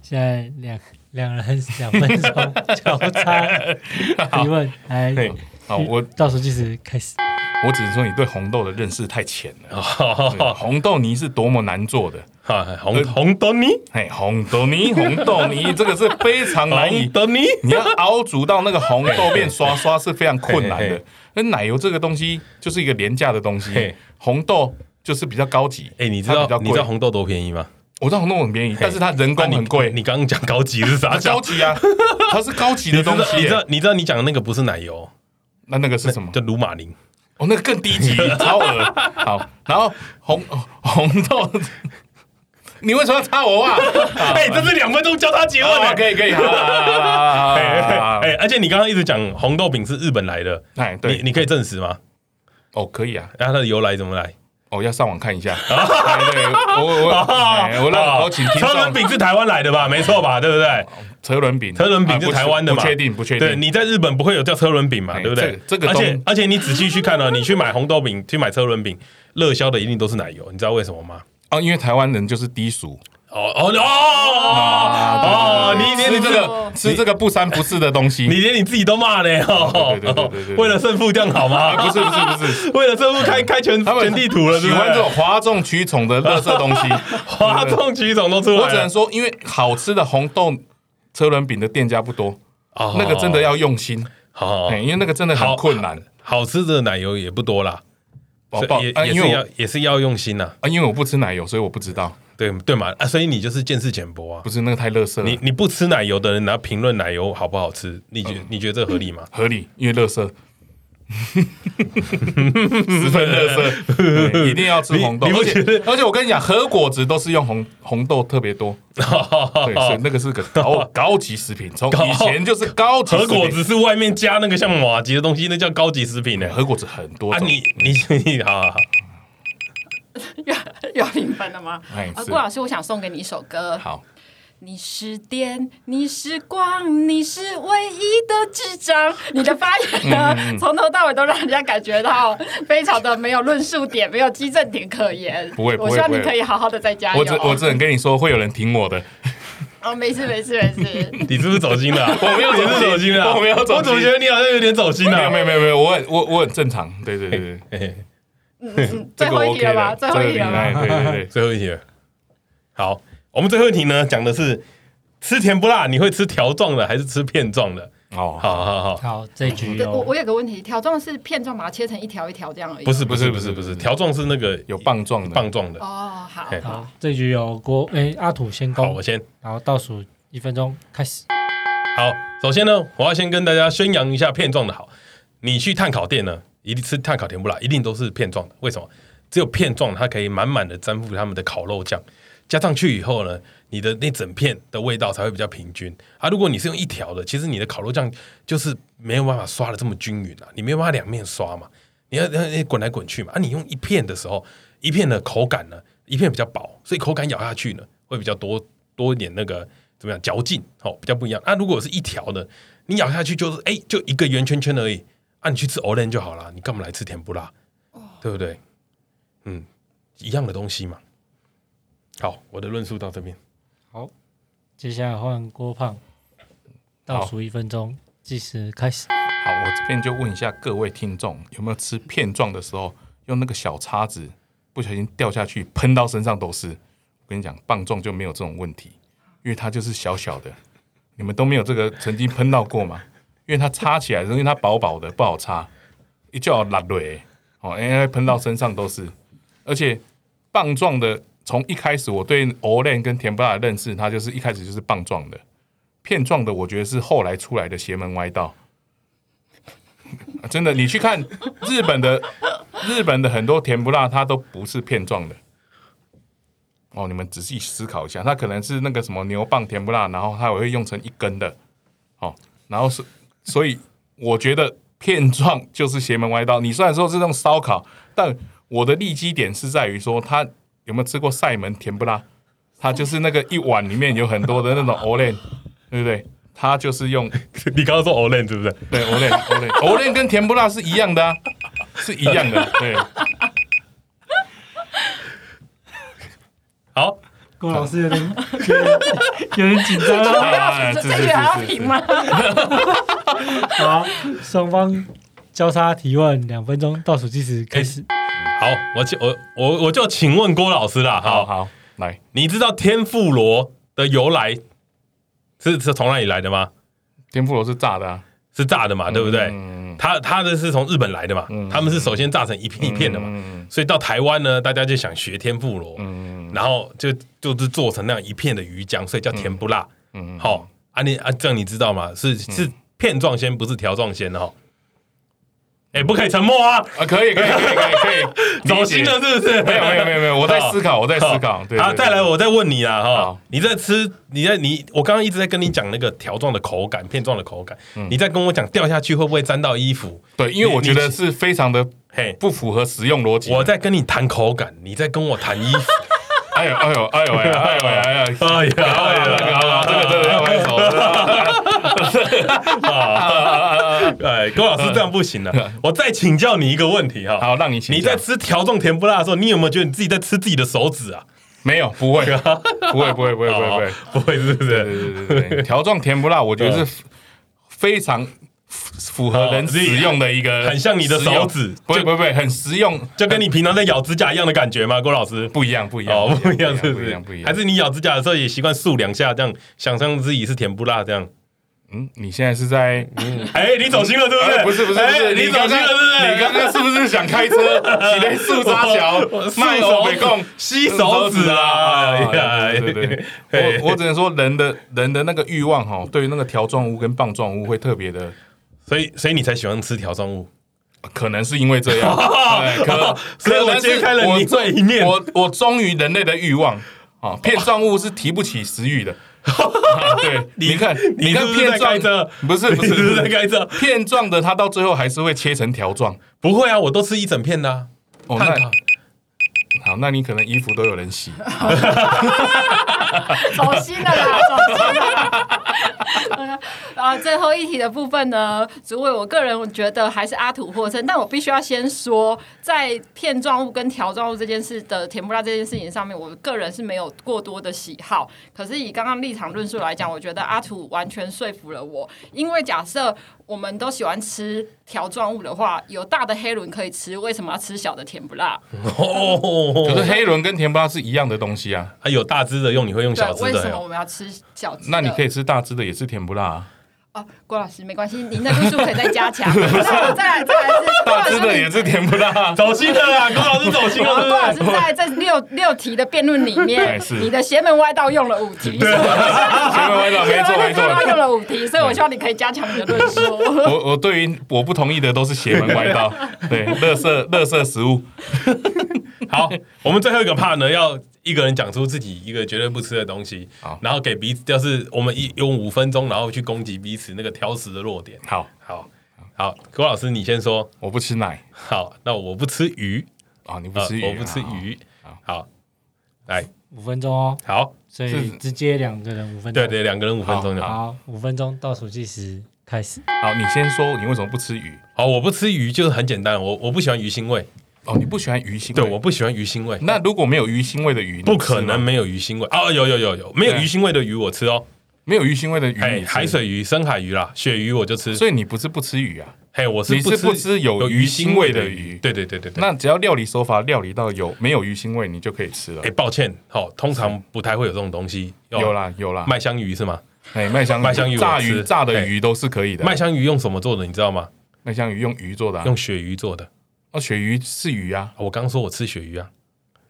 D: 现在两两人两分钟交叉提问，来，
B: 对，好，我
D: 倒数计时开始。
B: 我只是说你对红豆的认识太浅 了。哎
A: 哦
B: 对红豆泥是多么难做的，
A: 哈，啊红红豆泥，
B: 嘿，红豆泥，红豆泥，这个是非常难以
A: 红豆泥，
B: 你要熬煮到那个红豆 变刷刷是非常困难
A: 嘿嘿
B: 的
A: 嘿。
B: 那奶油这个东西就是一个廉价的东西
A: 嘿，
B: 红豆就是比较高级。
A: 哎，你知
B: 它
A: 道
B: 比较
A: 你知道
B: 贵？
A: 红豆多便宜吗？
B: 我知道红豆很便宜，但是它人工
A: 啊你
B: 很贵。
A: 你刚刚讲高级是啥
B: 它？高级啊，它是高级的
A: 你知道
B: 东
A: 你
B: 西
A: 知
B: 耶
A: 道。你知道你讲的那个不是奶油，
B: 那那个是什么？
A: 叫鲁马林。
B: 哦，那个更低级，超恶。好，然后红哦红豆，你为什么要插我啊？
A: 哎，这是两分钟教他结
B: 哦，可以可以，好好好好好好好好
A: 哎，而且你刚刚一直讲红豆饼是日本来的，
B: 哎，
A: 你
B: 啊对，
A: 你可以证实吗？
B: 哦，可以啊，
A: 啊它的由来怎么来？
B: 哦，要上网看一下。哎对，我我哎我让我请听
A: 车轮
B: 众，
A: 啊饼是台湾来的吧？没错吧？对不对？
B: 车轮饼，
A: 车轮饼
B: 啊
A: 是
B: 不
A: 台湾的嘛？
B: 不确定，不确
A: 对，
B: 定。
A: 你在日本不会有叫车轮饼嘛？
B: 哎
A: 对不对？
B: 这个这个
A: 而
B: 东
A: 且而且你仔细去看哦，你去买红豆饼，去买车轮饼，热销的一定都是奶油，你知道为什么吗？
B: 哦，因为台湾人就是低俗。
A: 哦哦
B: 嗯
A: 哦哦！你连
B: 吃
A: 你
B: 这
A: 这个。
B: 个吃这个不三不四的东西，
A: 你连你自己都骂呢哦
B: 对对对对对对！对
A: 为了胜负这样好吗？
B: 啊不是不是不是，
A: 为了胜负开开全
B: 他们
A: 全地图了，
B: 喜
A: 对不对
B: 欢这种哗众取宠的垃 圾东西。
A: 哗众取宠都出来了。
B: 我只能说，因为好吃的红豆车轮饼的店家不多，
A: 哦
B: 那个真的要用心。
A: 好好好
B: 哎，因为那个真的很
A: 好
B: 困难
A: 好吃的奶油也不多啦，
B: 哦
A: 所以
B: 不好
A: 也
B: 啊
A: 也
B: 因
A: 是
B: 为
A: 要也是要用心呐，
B: 啊，因为我不吃奶油，所以我不知道，
A: 对对嘛啊，所以你就是见识浅薄啊
B: 不。是那个太垃圾了，
A: 你你不吃奶油的人，然后评论奶油好不好吃，你觉
B: 嗯
A: 你觉得这合理吗？
B: 合理，因为 垃圾，十分垃 圾，对一定要吃
A: 你
B: 红豆，
A: 你不
B: 而
A: 觉
B: 且而且我跟你讲，核果子都是用红红豆特别多，
A: 哦
B: 对，所以那个是个 高高级食品，从
A: 高
B: 以前就是高级
A: 核
B: 食 品
A: 果子，是外面加那个像马吉的东西，那叫高级食品呢、
B: 核果子很多
A: 啊
B: 种，
A: 你，你你好好好，
C: 要 要零分了吗？
B: 哎
C: 啊，
B: 是
C: 郭老师，我想送给你一首歌。
B: 好，
C: 你是电，你是光，你是唯一的智障。你的发言
B: 嗯
C: 呢，从头到尾都让人家感觉到非常的没有论述点，没有基证点可言。
B: 不会不会
C: 我希望你
B: 不会
C: 可以好好的再加油。
B: 我只我只能跟你说，会有人听我的，
C: 哦，没事没事没 事。
A: 你是不是走心了啊、
B: 我没有走
A: 你
B: 心
A: 是不是走心了啊、
B: 我没有走心
A: 我怎么觉得你好像有点走心
B: 没
A: 了、
B: 有没有没有没有，我很我我很正常，对对对对，
A: 嘿嘿
C: 嗯，
B: 这
C: 最
B: 个
C: 后
B: 我
C: 一
B: OK
C: 题了吧？
B: 的，
C: 最后一题
B: 这
C: 了
B: 个哎
C: 吧？
B: 对对对，
A: 最后一题了，好，我们最后一题呢，讲的是吃甜不辣，你会吃条状的还是吃片状的？
B: 哦，
A: 好好好，
D: 好，这局
C: 对我
D: 有
C: 我有个问题，条状是片状，把它切成一条一条这样而已。
A: 不是不是不
B: 不
A: 是
B: 是
A: 不
B: 不
A: 是，
B: 是
A: 条状是那个
B: 有棒状的，
A: 棒状的。
C: 哦，好
A: 嘿
D: 好，这局有郭哎阿土先
A: 好，
D: 攻
A: 我，先
D: 然后倒数一分钟开始。
A: 好，首先呢，我要先跟大家宣扬一下片状的好。你去碳烤店呢，一定吃碳烤甜不辣，一定都是片状的。为什么？只有片状，它可以满满的沾附他们的烤肉酱，加上去以后呢，你的那整片的味道才会比较平均。啊，如果你是用一条的，其实你的烤肉酱就是没有办法刷的这么均匀啊，你没有办法两面刷嘛，你要要要滚来滚去嘛。啊，你用一片的时候，一片的口感呢，一片比较薄，所以口感咬下去呢会比较多多一点那个怎么样嚼劲，哦，比较不一样。啊，如果是一条的，你咬下去就是哎、就一个圆圈圈而已。啊，你去吃 Olen 就好了，你干嘛来吃甜不辣？对不对？嗯，一样的东西嘛。好，我的论述到这边。
D: 好，接下来换郭胖，倒数一分钟，计时开始。
B: 好，我这边就问一下各位听众，有没有吃片状的时候用那个小叉子不小心掉下去，喷到身上都是？我跟你讲，棒状就没有这种问题，因为它就是小小的。你们都没有这个曾经喷到过吗？因为它插起来，因为它薄薄的，不好插，一叫拉蕊哦，因为喷到身上都是。而且棒状的，从一开始我对 Olen 跟甜不辣的认识，它就是一开始就是棒状的，片状的我觉得是后来出来的邪门歪道。啊真的，你去看日本的日本的很多甜不辣，它都不是片状的。哦，你们仔细思考一下，它可能是那个什么牛蒡甜不辣，然后它也会用成一根的。哦，然后是，所以我觉得片状就是邪门歪道。你虽然说是那种烧烤，但我的立基点是在于说，它有没有吃过塞门甜不辣？它就是那个一碗里面有很多的那种 olen，对不对？它就是用
A: 你刚刚说 Olen 是不是？
B: 对 o l e n o l e n o l e n 跟甜不辣是一样的啊，是一样的。 对，
A: 好，
D: 郭老师有点有点紧张了。
B: 啊
C: 这这局还要评？吗？
D: 好，双方交叉提问两分钟，倒数计时开始。
A: 好，我就我我我就请问郭老师啦。
B: 好
A: 好，
B: 好，来，
A: 你知道天妇罗的由来是是从哪里来的吗？
B: 天妇罗是炸的啊，
A: 是炸的嘛，对不对？
B: 嗯
A: 它它的是从日本来的嘛，他们是首先炸成一一片的嘛，所以到台湾呢，大家就想学天妇罗，
B: 嗯
A: 然后就就是做成那样一片的鱼浆，所以叫甜不辣。
B: 嗯，
A: 好、啊你啊，这样你知道吗？是是片状鲜，不是条状鲜哦。哎、不可以沉默啊！
B: 啊，可以，可以，可以，可以，可以，
A: 走心了
B: 理解。
A: 是不是？
B: 没有，没有，没有，没有，我在思考，我在思考。对，
A: 好，
B: 对
A: 再来，，我再问你啦，哈
B: 好，
A: 你在吃，你在你，我刚刚一直在跟你讲那个条状的口感，片状的口感，你在跟我讲掉下去会不会沾到衣服？
B: 嗯对，因为我
A: 你
B: 觉得是非常的
A: 嘿，
B: 不符合实用逻辑。
A: 我，在跟你谈口感，你在跟我谈衣服。
B: 哎呦，哎呦，哎呦，哎呦，哎呦， 哎呦。
A: 哎 呀，
B: 哎呀，这个这个真的要 玩手，
A: 哎，郭老师这样不行了。我再请教你一个问题哈，
B: 嗯好，让你请
A: 你在
B: 教
A: 吃条状甜不辣的时候，你有没有觉得你自己在吃自己的手指啊？哦
B: 没有？ 不会，不会，不会，不会，不会，不会。
A: 不会是不是？
B: 对对对对，条状甜不辣，我觉得是非常符合人使用的一个，
A: 哦很像你的手指
B: 不会不会不会，很实用，
A: 就跟你平常在咬指甲一样的感觉吗？郭老师？
B: 不一样不一样
A: 哦，不一样是
B: 不
A: 不
B: 一
A: 是
B: 样不一？样，
A: 还是你咬指甲的时候也习惯竖两下，这样想象自己是甜不辣这样？
B: 嗯，你现在是在？
A: 哎，你走心了，对不
B: 哎
A: 对？
B: 不是不是不
A: 哎
B: 是，
A: 你走
B: 刚
A: 心
B: 刚
A: 了，对
B: 你
A: 不对？
B: 刚刚是不是想开车？ 你在树扎桥
A: 我我，束
B: 卖手
A: 手
B: 北贡，
A: 吸手指啊
B: 哎呀对对对对
A: 哎
B: 我我只能说，人的人的那个欲望哈，对于那个条状物跟棒状物会特别的，
A: 所以，所以你才喜欢吃条状物，哦
B: 可能是因 为这样，哎可
A: 所以
B: 可
A: 我
B: 能是
A: 揭开了
B: 我
A: 你这一面
B: 我我忠于人类的欲望啊，片状物是提不起 食欲的。啊对，你看，
A: 你
B: 看
A: 是不是
B: 片
A: 在
B: 状
A: 开车？
B: 不是不
A: 你
B: 是
A: 是不是在开车？
B: 片状的，它到最后还是会切成条状。
A: 不会啊，我都吃一整片的啊。
B: 哦，
A: 汉
B: 那
A: 堡
B: 好，那你可能衣服都有 人洗。
C: 走心了啦，走心了。 啊，最后一题的部分呢，主委，我个人觉得还是阿土获胜，但我必须要先说，在片状物跟条状物这件事的甜不辣这件事情上面，我个人是没有过多的喜好。可是以刚刚立场论述来讲，我觉得阿土完全说服了我，因为假设我们都喜欢吃条状物的话，有大的黑轮可以吃，为什么要吃小的甜不辣？
B: 可
A: 哦，
B: 是黑轮跟甜不辣是一样的东西啊，
A: 还有大只的用，你会用
C: 对
A: 小，只
C: 为
A: 的
C: 什
A: 哎
C: 么
A: 呦。
C: 我们要吃小只的？
B: 那你可以吃大只的，也是甜不辣、啊。
C: 哦，郭老师没关系，您的论述可以再加 强。那我再来再来是郭
B: 大
C: 老
B: 只
C: 师
B: 的也
C: 你，
B: 是甜不辣啊、
A: 走心了啦，郭老师走心
C: 我
A: 了，
C: 们郭老师
A: 对不对？
C: 在这六六题的辩论里
B: 哎
C: 面
B: 是，
C: 你的邪门歪道用了五题，所
B: 前
C: 以
B: 面歪倒，没错没
C: 邪门歪道用
B: 错。
C: 了五题，所以我希望你可以加强你的论述。
B: 我我对于我不同意的都是邪门歪道，对，乐色乐色食物。
A: 好，我们最后一个 part 呢，要一个人讲出自己一个绝对不吃的东西
B: 好，
A: 然后给彼此，就是我们一用五分钟，然后去攻击彼此那个挑食的弱点。
B: 好，
A: 好，好，郭老师你先说。
B: 我不吃奶
A: 好，那我不吃鱼，
B: 啊、你不
A: 呃
B: 吃鱼、
A: 我不吃。鱼。
B: 好
A: 好，来，
D: 五分钟哦，
A: 好，
D: 所以直接两个人五分钟。
A: 对对，两个人五分钟就好。
D: 好，五分钟倒数计时开始。
B: 好，你先说你为什么不吃鱼？
A: 好，我不吃鱼就是很简单，我我不喜欢鱼腥味，
B: 哦，你不喜欢鱼腥味。
A: 对，我不喜欢鱼腥味，
B: 那如果没有鱼腥味的鱼，你
A: 不
B: 吃吗
A: 可能没有鱼腥味啊！有有有有，没有
B: 对
A: 鱼腥味的鱼我吃哦，
B: 没有鱼腥味的鱼
A: 哎
B: 你，吃
A: 海。水鱼、深海鱼啦，鳕鱼我就吃，
B: 所以你不是不吃鱼啊？
A: 嘿，我是
B: 你是
A: 不吃
B: 不吃有鱼腥味的鱼
A: 对对对对对。
B: 那只要料理手法料理到有没有鱼腥味，你就可以吃了
A: 哎，。抱歉，好，通常不太会有这种东西。要
B: 有啦有啦，
A: 麦香鱼是吗？
B: 哎麦香
A: 麦香鱼我
B: 炸
A: 吃
B: 鱼炸的
A: 哎
B: 鱼都是可以的。
A: 麦香鱼用什么做的？你知道吗？
B: 麦香鱼用鱼做的啊，
A: 用鳕鱼做的。
B: 哦鳕鱼是鱼啊，
A: 我刚说我吃鳕鱼啊，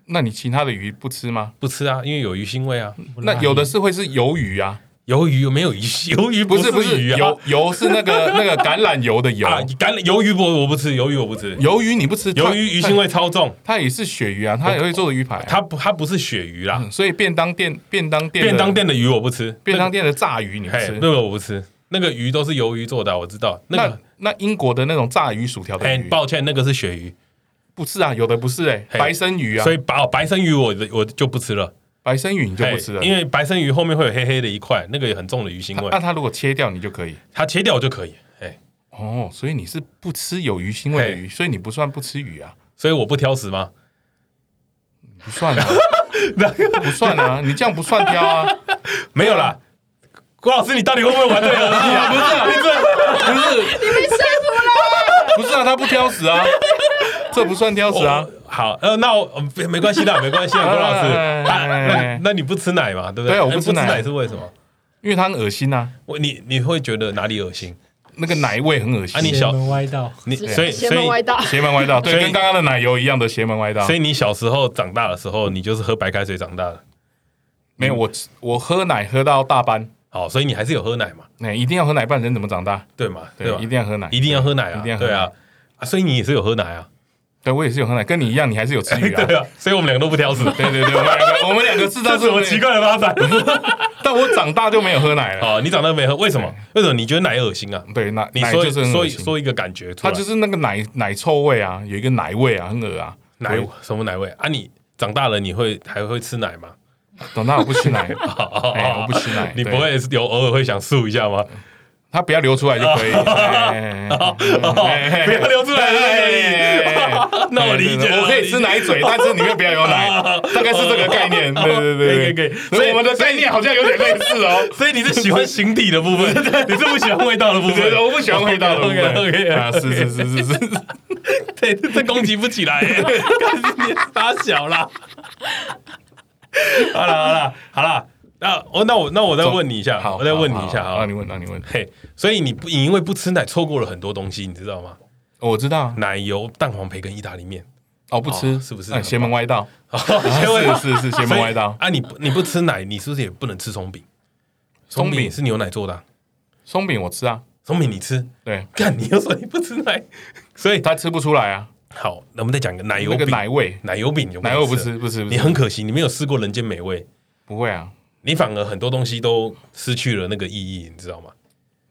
B: 那你其他的鱼不吃吗？
A: 不吃啊，因为有鱼腥味啊。
B: 那有的是会是鱿鱼啊，
A: 鱿鱼有没有鱼？ 鱿鱼
B: 不是
A: 是
B: 不是
A: 鱼啊。
B: 油油是 那个那个橄榄油的油，
A: 啊，橄榄鱿鱼我我不吃，鱿鱼我不吃，
B: 鱿鱼你不吃，
A: 鱿鱼鱼腥
B: 味
A: 味超重，
B: 它也是鳕鱼啊，它也会做的鱼排啊，
A: 它不它不是鳕鱼啦，
B: 嗯所以便当店便当店的
A: 便当店的鱼我不吃，
B: 便当店的炸鱼你不
A: 嘿
B: 吃，
A: 那个我不吃，那个鱼都是鱿鱼做的啊，我知道那
B: 那
A: 个。
B: 那英国的那种炸鱼薯条的
A: 嘿，
B: 鱼
A: 抱歉，那个是鳕鱼，
B: 不是啊，有的不是哎，
A: 嘿
B: 白生鱼啊
A: 所，以白白生鱼我我就不吃了，
B: 白生鱼你就不
A: 嘿
B: 吃了，啊
A: 因为白生鱼后面会有黑黑的一块，那个有很重的鱼腥
B: 它那
A: 味，
B: 它如果切掉你就可以。
A: 它切掉就可以，哎，
B: 哦，所以你是不吃有鱼腥味的
A: 嘿
B: 鱼，所以你不算不吃鱼啊，
A: 所以我不挑食吗？
B: 不 算啊，不算啊，你这样不算挑啊，
A: 没有啦，啊郭老师，你到底会不会玩这个游戏 啊？不是，
B: 不是，
C: 你被说服了，
B: 不是啊，他不挑食啊，这不算挑食啊。
A: 好，呃，那我呃没没关系啦，没关系 啦，
B: 哎
A: 郭老师。啊
B: 哎
A: 那那你不吃奶嘛？对不对？
B: 对啊我
A: 哎
B: 不
A: 不
B: 吃奶
A: 是为什么？
B: 因为它很恶心啊，
A: 我你你会觉得哪里恶心？
B: 那个奶味很恶心。
A: 啊你
D: 邪
A: 小
D: 门歪道，
A: 你所以
C: 邪
A: 所
C: 门歪
A: 以
C: 道。
B: 邪门歪道，对，
A: 所以
B: 跟刚刚的奶油一样的邪门歪道
A: 所。以你小时候长大的时候，你就是喝白开水长大的。
B: 没有我，我喝奶喝到大班，
A: 好，所以你还是有喝奶嘛？
B: 那、一定要喝奶，不然人怎么长大？
A: 对嘛？
B: 对，
A: 吧？
B: 一定要喝奶，
A: 一定要喝奶
B: 一
A: 啊！
B: 定要喝奶
A: 对啊，啊所以你也是有喝奶啊？
B: 对我也是有喝奶，跟你一样，你还是有吃鱼啊。
A: 对啊，所以我们两个都不挑食。
B: 对对对，我们两个，我们两个知道
A: 这
B: 是
A: 什么奇，怪的发展？
B: 但我长大就没有喝奶了。
A: 哦，你长大没喝，为什么？为什么你觉得奶恶心啊？
B: 对，奶
A: 你
B: 奶
A: 说
B: 就是很
A: 说
B: 恶
A: 一
B: 心，
A: 说一个感觉出
B: 它
A: 来，
B: 就是那个奶奶臭味啊，有一个奶味啊，很恶啊。
A: 奶
B: 我
A: 什么奶味啊？你长大了你会还会吃奶吗？
B: 长大我不吃奶，哎
A: 哦
B: 我不吃奶
A: 你
B: 对
A: 不会有偶尔会想漱一下吗？
B: 它不要流出来就可以。哎哎哎哎
A: 不要流出来
B: 哎
A: 而已。
B: 哎哎哎
A: 那我理解，
B: 我可以吃奶嘴，但是里面不要有奶，大概是这个概念。对对对对
A: 可以可以可以
B: 所以我们的概念好像有点类似哦。
A: 所以你是喜欢形体的部 分，你是不喜欢味道的部
B: 对，
A: 分。
B: 我不喜欢味道的部分
A: OK，OK，OK
B: 啊，是是是是是，
A: 对，这攻击不起来 耶， 干你傻小啦。好了好了好了，那哦，那我那我再
B: 走
A: 问你一下，
B: 好，
A: 我再问你
B: 好
A: 一下
B: 好
A: 啊
B: 让你。问，让你问。
A: 嘿，所以你不你因为不吃奶错过了很多东西，你知道吗？
B: 我知道啊，
A: 奶油、蛋黄培根、意大利面，
B: 哦，不吃
A: 哦是不是
B: 哎邪门歪道，
A: 先问
B: 啊是是是邪门歪道。
A: 啊！你不你不吃奶，你是不是也不能吃松饼？
B: 松
A: 松
B: 饼
A: 饼是牛奶做的啊、
B: 松饼我吃啊，
A: 松饼你吃，
B: 对
A: 干你又说你不吃奶， 所以
B: 他吃不出来啊，
A: 好，那我们再讲一个奶油
B: 那个
A: 饼，
B: 奶味，
A: 奶油饼你就
B: 奶味不
A: 能了
B: 吃，，不吃，不
A: 你
B: 吃，
A: 很可惜，你没有试过人间美味，
B: 不会啊，
A: 你反而很多东西都失去了那个意义，你知道吗？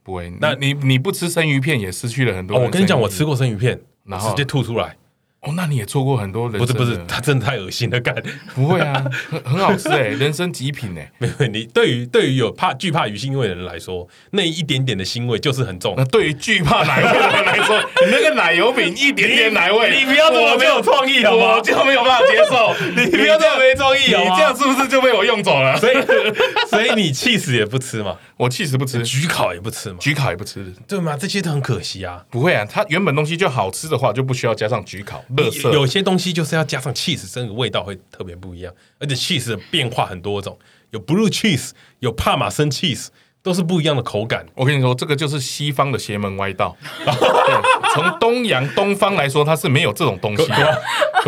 B: 不会。那
A: 那
B: 你你不吃生鱼片也失去了很多
A: 哦，我
B: 人生意义。
A: 跟你讲，我吃过生鱼片，
B: 然后
A: 直接吐出来，
B: 哦，那你也做过很多人
A: 不是
B: 生
A: 不是
B: 的，
A: 它真的太恶心了，干。
B: 不会啊，很很好吃哎，人生极品哎。
A: 没有你对于对于有怕惧怕鱼腥味的人来说，那一点点的腥味就是很重
B: 那。对于惧怕奶味的人来 说，你那个奶油饼一点点奶味，
A: 你不要这么
B: 我
A: 没有创意好不好
B: 我？就没有办法接 受。你
A: 不要这么没创
B: 你
A: 意好吗？
B: 这样是不是就被我用走 了？
A: 所以 所以你气死也不吃嘛，
B: 我气死不吃，
A: 焗烤哦也不吃嘛，
B: 焗烤也不吃。
A: 对吗？这些都很可惜啊。
B: 不会啊，它原本东西就好吃的话，就不需要加上焗烤、乐色。
A: 有有些东西就是要加上 cheese，真的味道会特别不一样，而且 cheese 的变化很多种，有 blue cheese，有帕玛森 cheese，都是不一样的口感。
B: 我跟你说，这个就是西方的邪门歪道。 对从东洋东方来说，它是没有这种东西 的，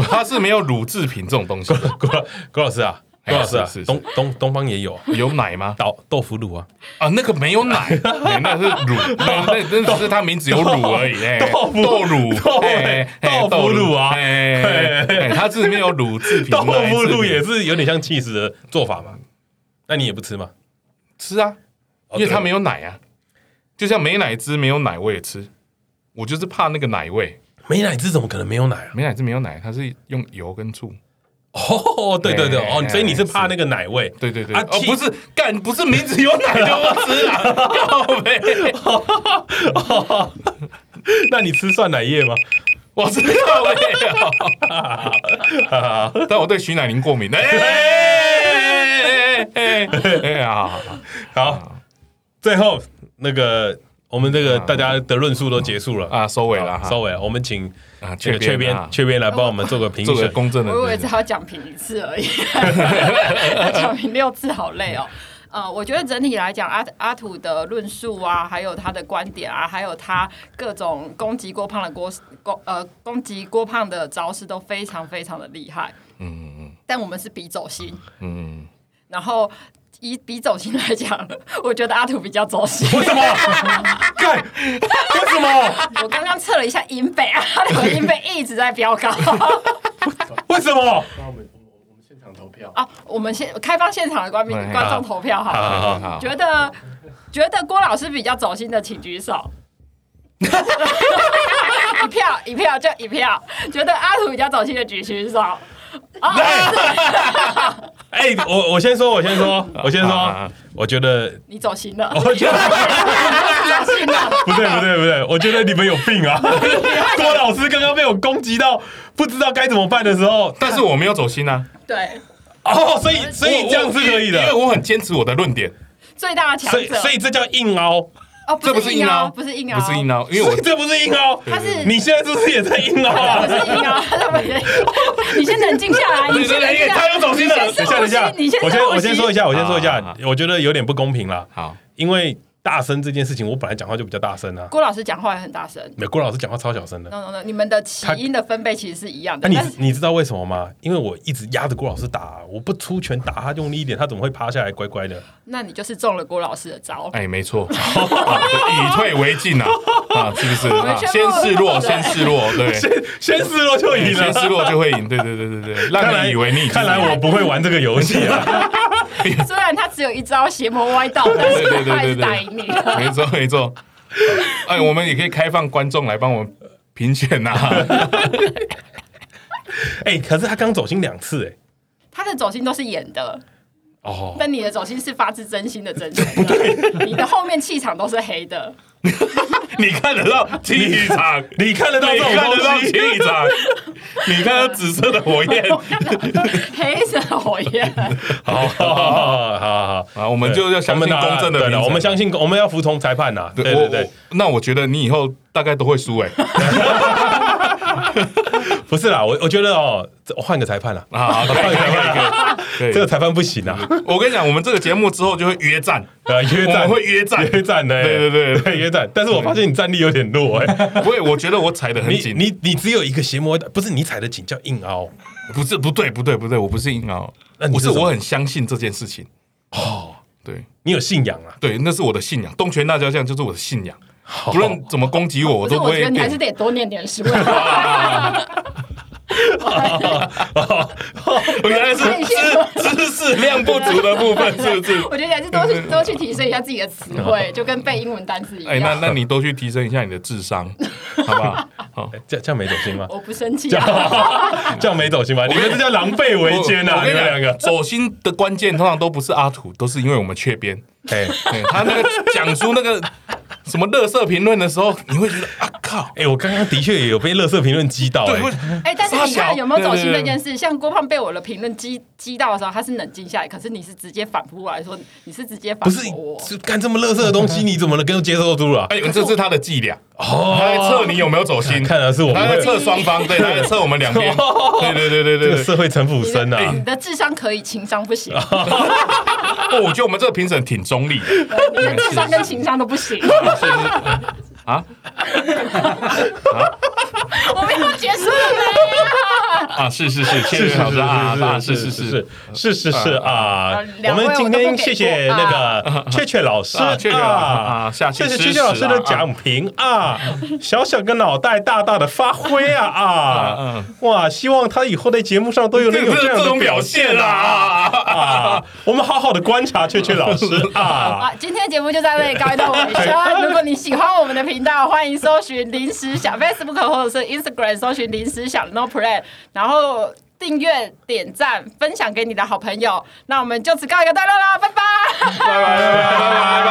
B: 它是没有乳制品这种东西的。
A: 郭老郭老师啊，
B: 哎
A: 郭老师啊
B: 是是是，
A: 东东东方也有啊，
B: 有奶吗？
A: 豆豆腐 乳啊，
B: 啊，那个没有奶， 哎那是乳，那那那只是它名字有乳而已。哎
A: 豆腐
B: 豆乳，
A: 豆
B: 哎哎
A: 豆腐乳啊
B: 哎哎哎它是没有乳制品，
A: 豆腐乳 也
B: 是
A: 是有点像 cheese 的做法嘛。那你也不吃吗？哦
B: 吃啊，因为它没
A: 有
B: 有奶啊，就像没奶汁没有奶我也吃，我就是怕那个奶味。
A: 没奶汁，怎么可能没有奶啊？
B: 美乃滋没有奶，它是用油跟醋。
A: 哦，对对对，
B: 哎
A: 哦，所以你是怕
B: 是
A: 那个奶味？
B: 对对对，
A: 啊
B: 哦，
A: 气
B: 不是干，不是名字有奶就不吃 啦，靠背。
A: 那你吃蒜奶液吗？
B: 我知道没有，但我对徐乃麟过敏。哎哎哎哎哎哎啊！好好
A: 好，最后那个我们这个大家的论述都结束了
B: 啊，收尾了
A: 好
B: 哈，
A: 收尾，我们请
B: 啊，
A: 这
B: 确
A: 个雀
B: 边
A: 边
B: 啊
A: 雀边来帮我们做个评
B: 做个
A: 审。
B: 公正的
C: 我以为
B: 评
C: 只
B: 审。
C: 好讲评一次 而已，讲评六次好累哦。呃，我觉得整体来讲，阿阿土的论述啊，还有他的观点啊，还有他各种攻击郭胖的郭攻呃攻击郭胖的招式都非常非常的厉害。
B: 嗯嗯
C: 但我们是比走心，
B: 嗯，
C: 然后以比走心来讲， 我觉得阿土比较走心。
A: 为什么？干？为什么？
C: 我刚刚测了一下音贝，阿土的音贝一直在飙 高。
A: 为什么？
E: 那我们我们我们现场投票，
C: 啊，我们现开放现场的观民
B: 哎
C: 观众投票好了。
A: 好好
B: 好好，
C: 觉得觉得郭老师比较走心的，请举手。 一票一票就一票，觉得阿土比较走心的举举手。哦，
A: 哎，我我先说，我先说，我先
B: 啊
A: 说
B: 啊，
A: 我觉得，
C: 你走心了，
A: 我觉得。
C: 走心了。
A: 不对不对不对，我觉得你们有病啊！郭老师刚刚被我攻击到不知道该怎么办的时候，
B: 但是我没有走心啊，
C: 对，
A: 哦，所以所以
B: 我
A: 这样是可以
B: 因为
A: 的，
B: 我很坚持我的论点，
C: 最大的强
A: 所以
C: 者。
A: 所以这叫硬凹，
C: 哦，
B: 这不
C: 是
B: 是
C: 硬
B: 硬凹，
C: 不是硬哦凹，
B: 不是
A: 哦
B: 硬，凹，因为我
A: 这不是硬凹，
C: 他是
A: 你现在是不是也在硬凹啊
C: 不？是硬凹，他是不是你先冷静下来，你
A: 对对
C: 先冷
A: 对，
C: 静下来
A: 他有走心了。
C: 你先深呼吸你先
A: 我先
C: 深呼吸
A: 我先说一下，我先说一
B: 好好
A: 下，我觉得有点不公平啦，
B: 好。
A: 因为大声这件事情，我本来讲话就比较大声啊，
C: 郭老师讲话也很大声
A: 没有郭老师讲话超小声的。
C: ，no no no，你们的起因的分贝其实是一样
A: 那、
C: 的，
A: 你
C: 但是
A: 你知道为什么吗？因为我一直压着郭老师打、我不出拳打他用力一点，他怎么会趴下来乖乖的？
C: 那你就是中了郭老师的招。
B: 哎，没错，啊以退为进啊，啊，是不是？啊、
C: 全部
B: 先示弱，
C: 对
B: 先示弱，对，
A: 先先失落 就赢
B: 哎先
A: 了。
B: 示弱就会赢，对对对对对，让你以为你已经
A: 看来我不会玩这个游戏啊！
C: 虽然他只有一招邪魔歪道，但
B: 对对对
C: 是他还
B: 对
C: 是
B: 对
C: 打赢你。
B: 没错没错。哎，我们也可以开放观众来帮我们评选呐、啊，
A: 哎、可是他刚走心两次、哎，
C: 他的走心都是演的，
A: 哦，
C: 但你的走心是发自真心的真 心。不对，你的后面气场都是黑的。
B: 你看得到气场， 你
A: 你看得到这种
B: 看得到
A: 东
B: 气
A: 西？
B: 场，你看到紫色的火 焰
C: 黑色火焰，
A: 好好好好好，
B: 啊，我们就要相信公正的
A: 对了，
B: 评审
A: 我们相信我们要服从裁判呐、对
B: 我
A: 对对
B: 我，那我觉得你以后大概都会输哎、
A: 不是啦，我我觉得哦，这我换个裁判啦，
B: 啊，可以可以可 以可以
A: 这个
B: 可
A: 裁判不行啊，
B: 以。我跟你讲，我们这个节目之后就会约战，
A: 呃，约
B: 我
A: 战
B: 们会约战。
A: 约战的、
B: 对对对
A: 对约战。但是我发现你战力有点弱哎、
B: 我也我觉得我踩的很
A: 你
B: 紧，
A: 你你只有一个邪魔，不是你踩的紧叫硬凹
B: 不是不对不对不对，我不是硬凹
A: 那，你
B: 我
A: 是
B: 是
A: 什么
B: 我很相信这件事情。
A: 哦，
B: 对
A: 你有信仰啊，
B: 对，那是我的信仰，东泉辣椒酱就是我的信仰，
A: 哦
B: 不论怎么攻击我，我
C: 不是，
B: 都不
C: 我觉
B: 会
C: 得你还是
B: 变。
C: 得多念点书。啊 我
B: 原来是 知知识量不足的部分，是不是？
C: 觉得你还是多去多去提升一下自己的词 汇，就跟背英文单词一
B: 哎，那
C: 样。
B: 那你都去提升一下你的智商，好不 好？好，
A: 这样这样没走心吗？
B: 哦
C: 我不生气
A: 这
C: 啊，
A: 样 这样没走心吧？你们这叫狼狈为奸
B: 我
A: 啊！
B: 我
A: 你
B: 跟
A: 们
B: 讲
A: 两个，
B: 走心的关键通常都不是阿土，都是因为我们缺编。
A: 哎
B: 对他那个讲出那个什么乐色评论的时候，你会觉得啊靠，
A: 哎，我刚刚的确也有被乐色评论击到，
B: 对，
A: 哎
B: 会
C: 哎，但是你
B: 傻小
C: 看有没有走心
B: 对对对
C: 这件事？像郭胖被我的评论激激到的时候，他是冷静下来，可是你是直接反扑过来说，你是直接
A: 不
C: 反
A: 是
C: 驳我。
A: 就干这么乐色的东西，你怎么能跟接受啊住了？
B: 哎，这是他的伎俩，
A: 哦
B: 他在测你有没有走心，
A: 看啊来是我
B: 他
A: 们
B: 在
A: 的
B: 测双方，对，他在测我们两边，对对
A: 这
B: 对对对
A: 个
B: 对。
A: 社会城
B: 哎
A: 府深啊
C: 你！的智商可以，情商 不行。
B: 哦，我觉得我们这个评审挺中立的
C: 你的智商跟情商都不行，
B: 啊
C: 我们要结束了
B: 啊，是是是，谢谢老师啊啊，是是是。
A: 是是
B: 哎
A: 是啊！我
C: 两位
A: 们今
C: 我都
A: 天
C: 不给
A: 谢谢
C: 过
A: 那个雀雀老师
B: 啊雀雀老师啊下期
A: 谢谢
B: 吃
A: 雀雀
B: 屎
A: 老师
B: 啊
A: 的讲评啊，小小个脑袋大大的发挥 啊啊！哇，希望他以后在节目上都有能有
B: 这
A: 样
B: 这
A: 的
B: 种表现啦
A: 啊！我们好好的观察雀雀老 师啊。
C: 啊！今天节目就在这里告一段尾声。如果你喜欢我们的频道，欢迎搜寻“临时想 ”Facebook 或者是 Instagram 搜寻“临时想 No Plan”，然后订阅、点赞、分享给你的好朋友。那我们就此告一个段落啦，拜拜。
B: 拜拜拜拜拜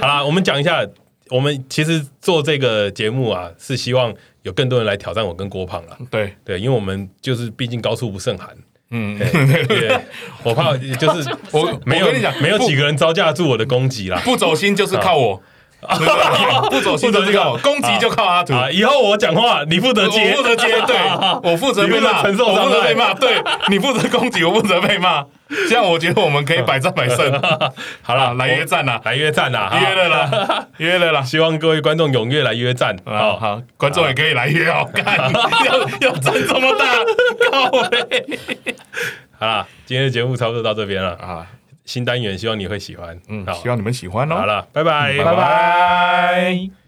A: 好啦，我们讲一下，我们其实做这个节目啊，是希望有更多人来挑战我跟郭胖啦。
B: 对，
A: 对，因为我们就是毕竟高处不胜 寒，
B: 嗯，
A: 对，我怕就是
B: 我我
A: 没有
B: 跟你讲，
A: 没有
B: 不
A: 几个人招架住我的攻击啦。
B: 不走心就是靠我，不走心就是靠我，攻击就靠阿土。
A: 啊，以后我讲话你负责
B: 我
A: 接
B: 负，责 接，对我负责被骂，
A: 你负责承受
B: 我负责
A: 伤害
B: 被骂，对你负责攻击，我负责被骂。这样我觉得我们可以百战百 胜。
A: 好啦，
B: 啊来约战啦
A: 来约战啊啦，哈
B: 约了， 啦，约了啦。
A: 希望各位观众踊跃来约战
B: 啊，
A: 啊！
B: 好，观众也可以来约 哦。干，要要战这么大，靠嘞！
A: 好啦，啊今天的节目差不多到这边了，
B: 啊，
A: 新单元希望你会喜欢，
B: 嗯，
A: 好
B: 希望你们喜欢哦。
A: 好，了，拜拜，
B: 拜拜。